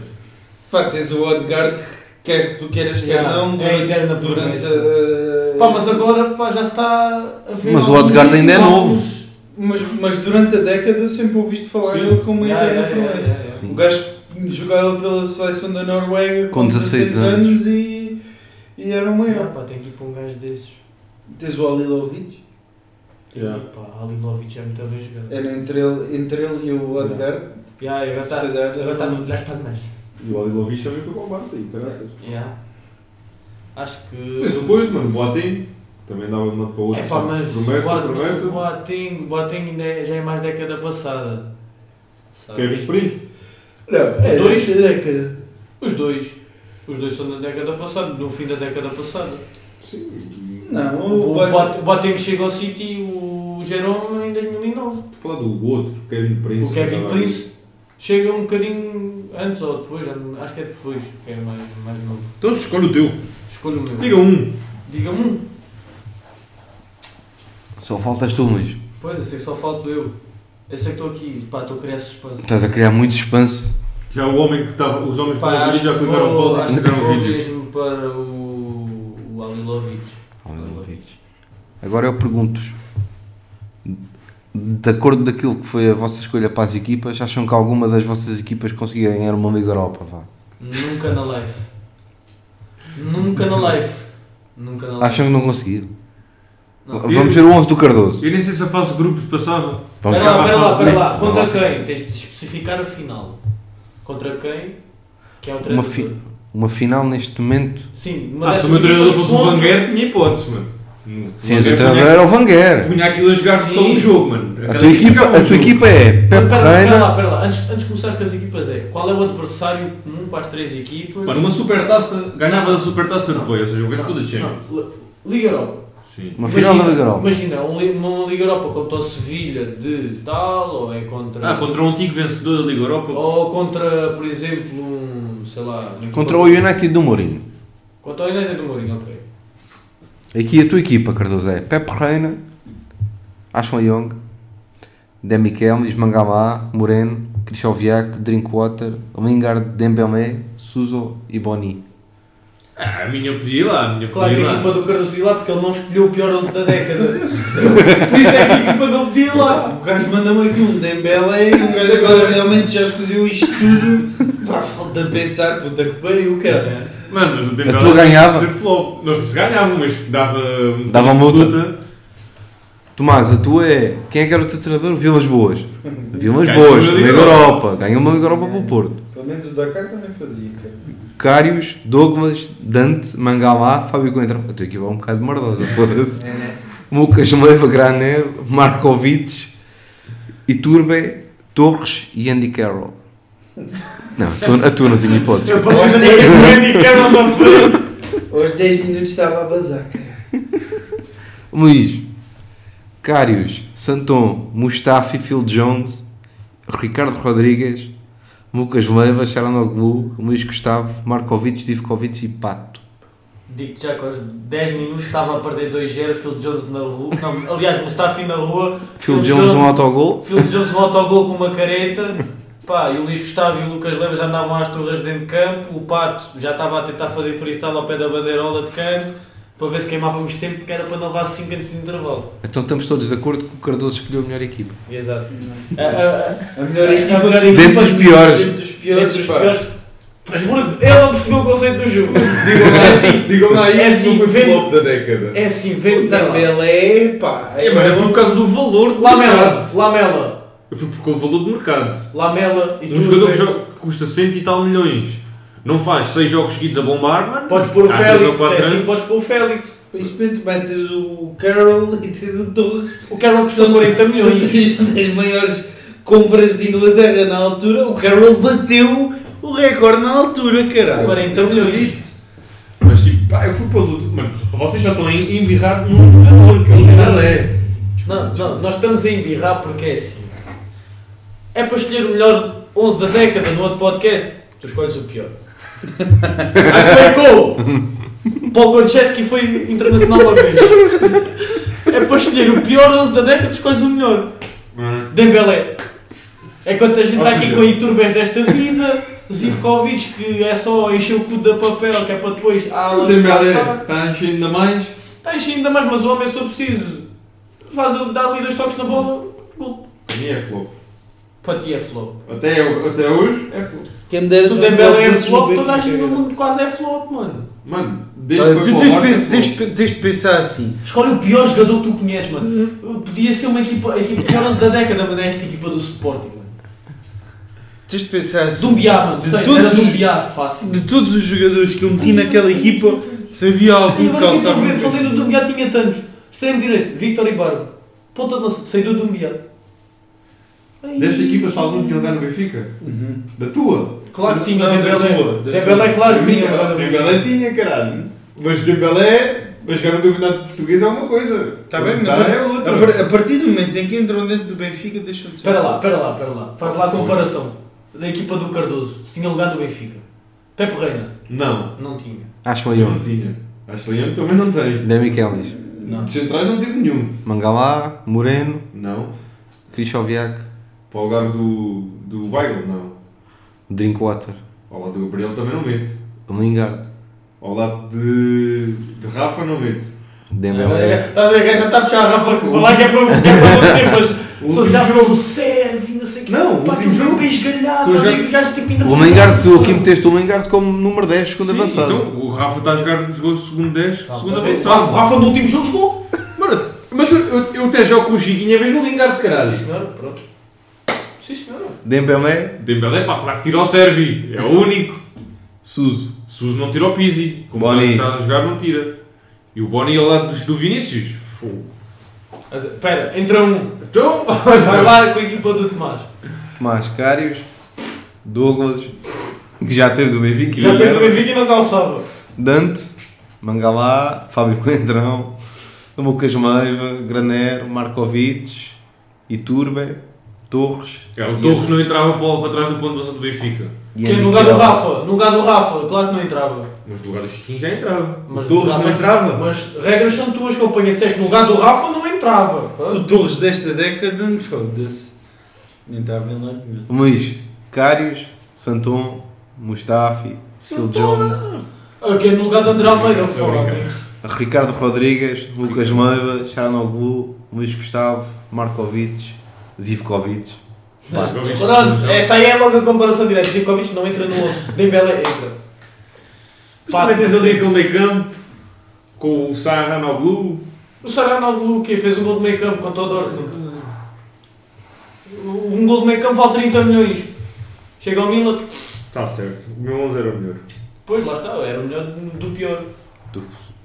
Speaker 3: Pá, tens o Odegaard, quer que tu queiras, quer
Speaker 2: Yeah,
Speaker 3: não.
Speaker 2: é a eterna
Speaker 3: um durante a-
Speaker 2: Pá, mas agora pá, já se está a ver.
Speaker 1: Mas o
Speaker 2: alguns-
Speaker 1: Odegaard ainda é novo.
Speaker 3: Mas, mas durante a década sempre ouviste falar
Speaker 4: Sim.
Speaker 3: dele como uma
Speaker 2: Yeah,
Speaker 3: eterna
Speaker 2: yeah, yeah,
Speaker 3: promessa.
Speaker 2: yeah, yeah.
Speaker 1: Sim.
Speaker 3: O gajo jogava pela seleção da Noruega
Speaker 1: Com 16 anos.
Speaker 3: e E era o maior.
Speaker 2: Ah, pá, tem que ir para um gajo desses.
Speaker 3: Tens o Alilovic.
Speaker 5: Yeah.
Speaker 2: E, pá, Alilovic é muito bem jogado.
Speaker 3: Era entre ele, entre ele e o Odegaard.
Speaker 2: Yeah, agora
Speaker 3: Se
Speaker 2: está
Speaker 3: calhar
Speaker 2: agora
Speaker 3: era-
Speaker 2: está no Las Palmas.
Speaker 5: E o Alilovic também foi com o Barça aí,
Speaker 2: É.
Speaker 5: graças.
Speaker 2: Yeah. Acho que.
Speaker 5: Tens o coisa, mano, Boatim. Também dava de uma para outra.
Speaker 2: É pá, mas
Speaker 5: promessa,
Speaker 2: Boa- mas o
Speaker 5: promessa.
Speaker 2: Boateng, Boateng ainda é- já é mais década passada.
Speaker 4: Tá.
Speaker 2: Sabes?
Speaker 5: Kevin Prince.
Speaker 3: Não,
Speaker 2: Os dois?
Speaker 3: década.
Speaker 2: Os dois. Os dois são da década passada, no fim da década passada.
Speaker 5: Sim.
Speaker 3: Não,
Speaker 2: O
Speaker 3: o, Boat-
Speaker 2: Boat- Boateng chega ao City, o Jerome em 2009.
Speaker 5: Estou a falar do outro, Kevin Prince.
Speaker 2: O Kevin
Speaker 5: Tava-
Speaker 2: Prince chega um bocadinho antes ou depois, já não- acho que é depois, que é mais, mais novo.
Speaker 5: Então escolhe o teu.
Speaker 2: Escolha o meu.
Speaker 5: Diga um.
Speaker 2: Diga-me um.
Speaker 1: Só faltas tu, Luís.
Speaker 2: Pois, eu sei que só falto eu. Eu sei que estou aqui, pá, estou a criar suspense.
Speaker 1: Estás a criar muito suspense.
Speaker 4: Já o homem que estava. Os homens que
Speaker 2: Pá,
Speaker 4: estavam
Speaker 2: acho que
Speaker 4: já clicaram
Speaker 2: vou,
Speaker 4: pausa um e
Speaker 2: acho que
Speaker 4: clicaram
Speaker 2: vou
Speaker 4: o vídeo.
Speaker 2: mesmo para o, o Alilovic.
Speaker 1: Agora eu pergunto-vos. De acordo daquilo que foi a vossa escolha para as equipas, acham que alguma das vossas equipas conseguia ganhar uma Liga Europa? Vá?
Speaker 2: Nunca na live. Nunca na live. Nunca na live.
Speaker 1: Acham que não conseguiram?
Speaker 2: Não.
Speaker 1: Vamos ver o 11 do Cardoso.
Speaker 4: Eu nem sei se a fase de grupos passava.
Speaker 1: Vamos
Speaker 2: Espera
Speaker 1: ver.
Speaker 2: lá, espera lá, espera lá.
Speaker 1: Vamos
Speaker 2: Contra
Speaker 1: lá.
Speaker 2: quem? Tens de especificar a final. Contra quem? Que é o
Speaker 1: Uma,
Speaker 2: treinador.
Speaker 1: fi- uma final neste momento.
Speaker 2: Sim, uma
Speaker 4: Ah, se
Speaker 2: dessas
Speaker 4: o meu treinador
Speaker 2: equipas
Speaker 4: fosse o Van
Speaker 2: contra-
Speaker 4: Gaal, tinha hipótese, mano.
Speaker 1: Sim, o teu treinador era o Vanguer.
Speaker 4: Punha aquilo a jogar
Speaker 2: Sim.
Speaker 4: só um jogo, mano.
Speaker 1: A tua
Speaker 4: um
Speaker 1: equipa, a tua equipa é
Speaker 2: Espera
Speaker 1: Pepe
Speaker 2: espera lá, espera lá,
Speaker 1: Reina.
Speaker 2: espera lá. Antes, antes de começar com as equipas é, qual é o adversário comum para as três equipas?
Speaker 4: Mano, uma supertaça. Ganhava da supertaça europeia, ou seja, o gajo todo a Champions.
Speaker 2: Não, Liga Europa.
Speaker 4: Sim.
Speaker 1: Uma final da Liga Europa.
Speaker 2: Imagina, um li- uma Liga Europa contra o Sevilha de tal, ou é contra...
Speaker 4: Ah, contra o antigo vencedor da Liga Europa.
Speaker 2: Ou contra, por exemplo, um, sei lá... uma equipa-
Speaker 1: Contra o United do Mourinho.
Speaker 2: Contra o United do Mourinho, ok.
Speaker 1: Aqui a tua equipa, Cardoso, é Pepe Reina, Ashley Young, Demi Kelmis, Mangamá, Moreno, Cristian Viac, Drinkwater, Lingard, Dembélé, Suso e Boni.
Speaker 4: Ah, a minha podia ir lá, a minha
Speaker 2: Claro
Speaker 4: podia
Speaker 2: que
Speaker 4: ir
Speaker 2: a equipa
Speaker 4: lá.
Speaker 2: do Carlos Vila, porque ele não escolheu o pior 11 da década. Por isso é que a equipa dele podia ir lá.
Speaker 3: O gajo manda-me aqui um Dembélé e o gajo agora realmente já escolheu isto tudo. Pá, falta pensar, puta que pariu, cara.
Speaker 4: Mano, mas o
Speaker 1: A
Speaker 4: Dembélé
Speaker 1: tua ganhava?
Speaker 4: era flop. Não sei se ganhava, mas dava.
Speaker 1: Dava multa.
Speaker 4: luta.
Speaker 1: Tomás, a tua é. Quem é que era o teu treinador? Vilas Boas. Vilas
Speaker 4: Ganhou
Speaker 1: Boas,
Speaker 4: uma Liga
Speaker 1: Liga
Speaker 4: Europa.
Speaker 1: Europa. Ganhou uma Liga Europa para o Porto.
Speaker 3: Pelo menos o Dakar também fazia, cara.
Speaker 1: Cários, Douglas, Dante, Mangalá, Fábio Coentrão. A tua equipa é um bocado merdosa, foda-se.
Speaker 3: É, né?
Speaker 1: Lucas Leiva Graner, Markovic, Iturbe, Torres e Andy Carroll. Não, a tua, a tua não tinha hipótese.
Speaker 2: Eu
Speaker 3: Nós
Speaker 2: para
Speaker 3: temos-
Speaker 2: Andy Carroll na frente.
Speaker 3: Aos 10 minutos estava a bazar, cara.
Speaker 1: Luís, Cários, Santon, Mustafi, Phil Jones, Ricardo Rodrigues, Lucas Leiva, Charanoglu, Luís Gustavo, Markovic, Divkovic e Pato.
Speaker 2: Digo-te já que aos 10 minutos estava a perder 2-0, Phil Jones na rua. Não, aliás, Mustafi na rua.
Speaker 1: Phil Jones, um autogol.
Speaker 2: Phil Jones um autogol com uma careta. Pá, e o Luís Gustavo e o Lucas Leva já andavam às torres dentro de campo. O Pato já estava a tentar fazer freestyle ao pé da bandeirola de canto. Para ver se queimávamos tempo, porque era para não levar 5 antes do intervalo.
Speaker 1: Então estamos todos de acordo que o Cardoso escolheu a melhor equipa.
Speaker 2: Exato. A- a- a-
Speaker 3: A melhor equipa.
Speaker 2: A melhor
Speaker 1: Dentro
Speaker 2: equipa
Speaker 1: dos piores.
Speaker 3: Dentro dos piores,
Speaker 2: Dentro dos
Speaker 3: pá.
Speaker 2: piores. Porque ele não percebeu o conceito do jogo.
Speaker 5: Digam lá,
Speaker 2: É assim,
Speaker 5: digam lá
Speaker 2: é
Speaker 5: aí que
Speaker 2: assim,
Speaker 5: não foi
Speaker 2: vem-
Speaker 5: flop da década.
Speaker 2: É assim,
Speaker 3: O
Speaker 2: vem tá lá.
Speaker 3: Dembélé, pá.
Speaker 4: É, mano, eu fui por causa do valor do
Speaker 2: Lamela,
Speaker 4: mercado.
Speaker 2: Lamela,
Speaker 4: Eu fui por o valor do mercado.
Speaker 2: Lamela e
Speaker 4: Um
Speaker 2: tudo. né?
Speaker 4: jogador que,
Speaker 2: bem.
Speaker 4: joga, que custa cento e tal milhões. Não faz seis jogos seguidos a bombar, mano.
Speaker 2: Podes pôr o
Speaker 4: Há três
Speaker 2: Félix,
Speaker 4: ou
Speaker 2: se é
Speaker 4: Ah, quatro
Speaker 2: assim,
Speaker 4: anos.
Speaker 2: podes pôr o Félix.
Speaker 3: Infelizmente metes o Carroll e tens o Torres.
Speaker 2: O Carol custou 40 milhões.
Speaker 3: São das, das maiores compras de Inglaterra na altura. O Carroll bateu o recorde na altura, caralho.
Speaker 2: 40 milhões.
Speaker 4: Mas tipo, pá, eu fui para luta. Mano, vocês já estão a embirrar num jogador, que é o Dembélé.
Speaker 2: Não, não, nós estamos a embirrar porque é assim. É para escolher o melhor 11 da década no outro podcast. Tu escolhes o pior. Acho que foi gol! Paul Goncheski foi internacional uma vez. É para escolher o pior 11 da década, tu escolhes o melhor. Dembélé. É quanto a gente está aqui com iturbes desta vida. Zivkovic, que é só encher o cu de papel, que é para depois. Ah,
Speaker 5: O Dembélé
Speaker 4: Tá
Speaker 5: está enchendo ainda mais.
Speaker 2: Está encher Tá ainda mais, mas o homem, se eu preciso, faz ele dar ali dois toques na bola. Gol.
Speaker 5: Para mim é flop.
Speaker 2: Para ti é flop.
Speaker 5: Até, eu- até hoje é flop.
Speaker 3: Quem me
Speaker 2: Se o Dembélé é flop, toda a gente no mundo quase é flop, mano.
Speaker 5: Mano,
Speaker 4: Desde que foi
Speaker 3: Tá, tu
Speaker 4: para o
Speaker 3: tens,
Speaker 4: Barça,
Speaker 3: de-
Speaker 4: foi.
Speaker 3: tens de- tens de pensar assim.
Speaker 2: Escolhe o pior jogador que tu conheces,
Speaker 3: Uhum.
Speaker 2: mano. Podia ser uma equipa, a equipa pior 11 da década, mano, é esta equipa do Sporting, mano.
Speaker 3: Tens de pensar assim.
Speaker 2: Dumbiá, mano,
Speaker 3: De
Speaker 2: sei,
Speaker 3: todos
Speaker 2: era
Speaker 3: os-
Speaker 2: Dumbiá, fácil.
Speaker 3: De todos os jogadores que eu meti naquela equipa, se havia
Speaker 2: E
Speaker 3: algum que
Speaker 2: agora que eu
Speaker 3: calçava.
Speaker 2: estou a ver,
Speaker 3: no
Speaker 2: falei no
Speaker 3: peito.
Speaker 2: Dumbiá, tinha tantos. Extremo direito, Victor Ibarbo. Ponta de lança, saiu do Dumbiá. Ai.
Speaker 4: Desta equipa, se algum tinha lugar no Benfica?
Speaker 3: Uhum.
Speaker 4: Da tua?
Speaker 2: Claro que tinha,
Speaker 3: Não,
Speaker 2: o
Speaker 3: da tua,
Speaker 2: Dembélé.
Speaker 3: da
Speaker 2: Dembélé, claro que tinha.
Speaker 4: Tinha, Dembélé tinha, caralho. Mas Dembélé, mas jogar no campeonato português é uma coisa.
Speaker 3: Está bem, mas
Speaker 4: Tá, é
Speaker 3: a,
Speaker 4: outra.
Speaker 3: a par- a partir do momento em que entram dentro do Benfica, deixam de ser.
Speaker 2: Espera lá, espera lá, espera lá. Faz lá a comparação da equipa do Cardoso, se tinha lugar no Benfica. Pepe Reina,
Speaker 4: Não,
Speaker 2: não tinha.
Speaker 1: Ashon
Speaker 4: não
Speaker 1: Young,
Speaker 4: tinha. Acho que Leandro também não tem.
Speaker 1: Demi Elmis,
Speaker 2: Não.
Speaker 4: De centrais não teve nenhum.
Speaker 1: Mangalá, Moreno,
Speaker 4: Não.
Speaker 1: Krishoviak,
Speaker 4: Para o lugar do, do Weigl, não.
Speaker 1: Drinkwater,
Speaker 4: Ao lado do Gabriel também não mete.
Speaker 1: Lingard,
Speaker 4: Ao lado de, de Rafa não mete.
Speaker 1: Dembélé,
Speaker 2: Estás a ver, gajo já está a puxar a Rafa com o lá que é para que é para bater, mas se
Speaker 4: último
Speaker 2: eles já viram o serve, não sei o quê.
Speaker 4: Não,
Speaker 2: pá, um
Speaker 4: o último
Speaker 2: aquele jogo
Speaker 4: jogo.
Speaker 2: bem esgalhado,
Speaker 3: Tu
Speaker 2: estás a
Speaker 3: já-
Speaker 2: ver que os gajos tipo ainda
Speaker 1: o
Speaker 2: fazem
Speaker 1: Lingard, tu
Speaker 2: pressão.
Speaker 1: aqui meteste o Lingard como número 10, segundo
Speaker 4: Sim,
Speaker 1: avançado.
Speaker 4: Então, o Rafa está a jogar, jogou o segundo 10,
Speaker 2: Tá,
Speaker 4: segunda
Speaker 2: tá
Speaker 4: vez.
Speaker 2: bem. O Rafa no último jogo jogou.
Speaker 4: Mano, mas eu, eu, eu até jogo com o Giguinha, vejo o Lingard,
Speaker 2: Sim
Speaker 4: caralho.
Speaker 2: senhora, pronto. Sim senhora.
Speaker 1: Dembélé,
Speaker 4: Dembélé, pá, claro que tira o Servi, é o único.
Speaker 1: Suso,
Speaker 4: Suso não tira o Pizzi, como
Speaker 1: Boni.
Speaker 4: está a jogar, não tira. E o Boni ao lado dos- do Vinícius, fogo.
Speaker 2: Espera, entra um.
Speaker 4: Então,
Speaker 2: Vai lá com a equipa do Tomás.
Speaker 1: Tomás Cários, Douglas, que já teve do Benfica,
Speaker 2: Já teve
Speaker 1: merda,
Speaker 2: no Benfica e não calçava.
Speaker 1: Dante, Mangalá, Fábio Coentrão, Lucas Meiva, Granero, Markovic, Iturbe, Torres,
Speaker 4: é, o Torres não entrava para, o- para trás do ponto de lança do Benfica.
Speaker 1: e
Speaker 2: Que é no lugar do Rafa, no lugar do Rafa, claro que não entrava.
Speaker 4: Mas no lugar do Chiquinho já entrava.
Speaker 2: Mas
Speaker 4: o Torres
Speaker 2: no lugar-
Speaker 4: não entrava.
Speaker 2: Mas regras são tuas, companhia. Disseste no lugar do Rafa não entrava.
Speaker 3: O Torres desta década, foda-se. Nem tá estava em lado nenhum.
Speaker 1: Luís, Cários, Santon, Mustafi, Phil Jones,
Speaker 2: Ok, Ah, é no lugar do André Almeida,
Speaker 4: Tô
Speaker 2: fora,
Speaker 4: brincando.
Speaker 2: amigos.
Speaker 1: Ricardo Rodrigues, Lucas Meiva, Charanoglu, Luís Gustavo, Markovic, Zivkovic.
Speaker 4: Mas agora isto-
Speaker 2: Pronto,
Speaker 4: já-
Speaker 2: essa aí é logo a comparação direta. Zivkovic não entra no 11, Dembélé entra.
Speaker 4: Mas
Speaker 2: Pá,
Speaker 4: também tens ali aquele meio campo com o Saranoglu.
Speaker 2: o Saranoglu que fez um gol de meio campo contra o Dortmund.
Speaker 4: Hum.
Speaker 2: Um gol de meio campo vale 30 milhões. Chega ao Milan,
Speaker 4: Está Tá certo, o meu 11 era o melhor.
Speaker 2: pois lá está, era o melhor do pior.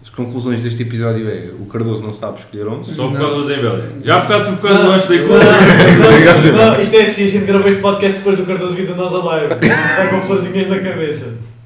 Speaker 1: As conclusões deste episódio é o Cardoso não sabe escolher 11.
Speaker 4: Só por causa do Dembélé. Já por causa,
Speaker 2: Ah,
Speaker 4: por causa do Anjo da
Speaker 2: Não,
Speaker 4: Cor.
Speaker 2: não, não, isto é assim, a gente gravou este podcast depois do Cardoso Vitor Nós a live. Está com florzinhas na cabeça.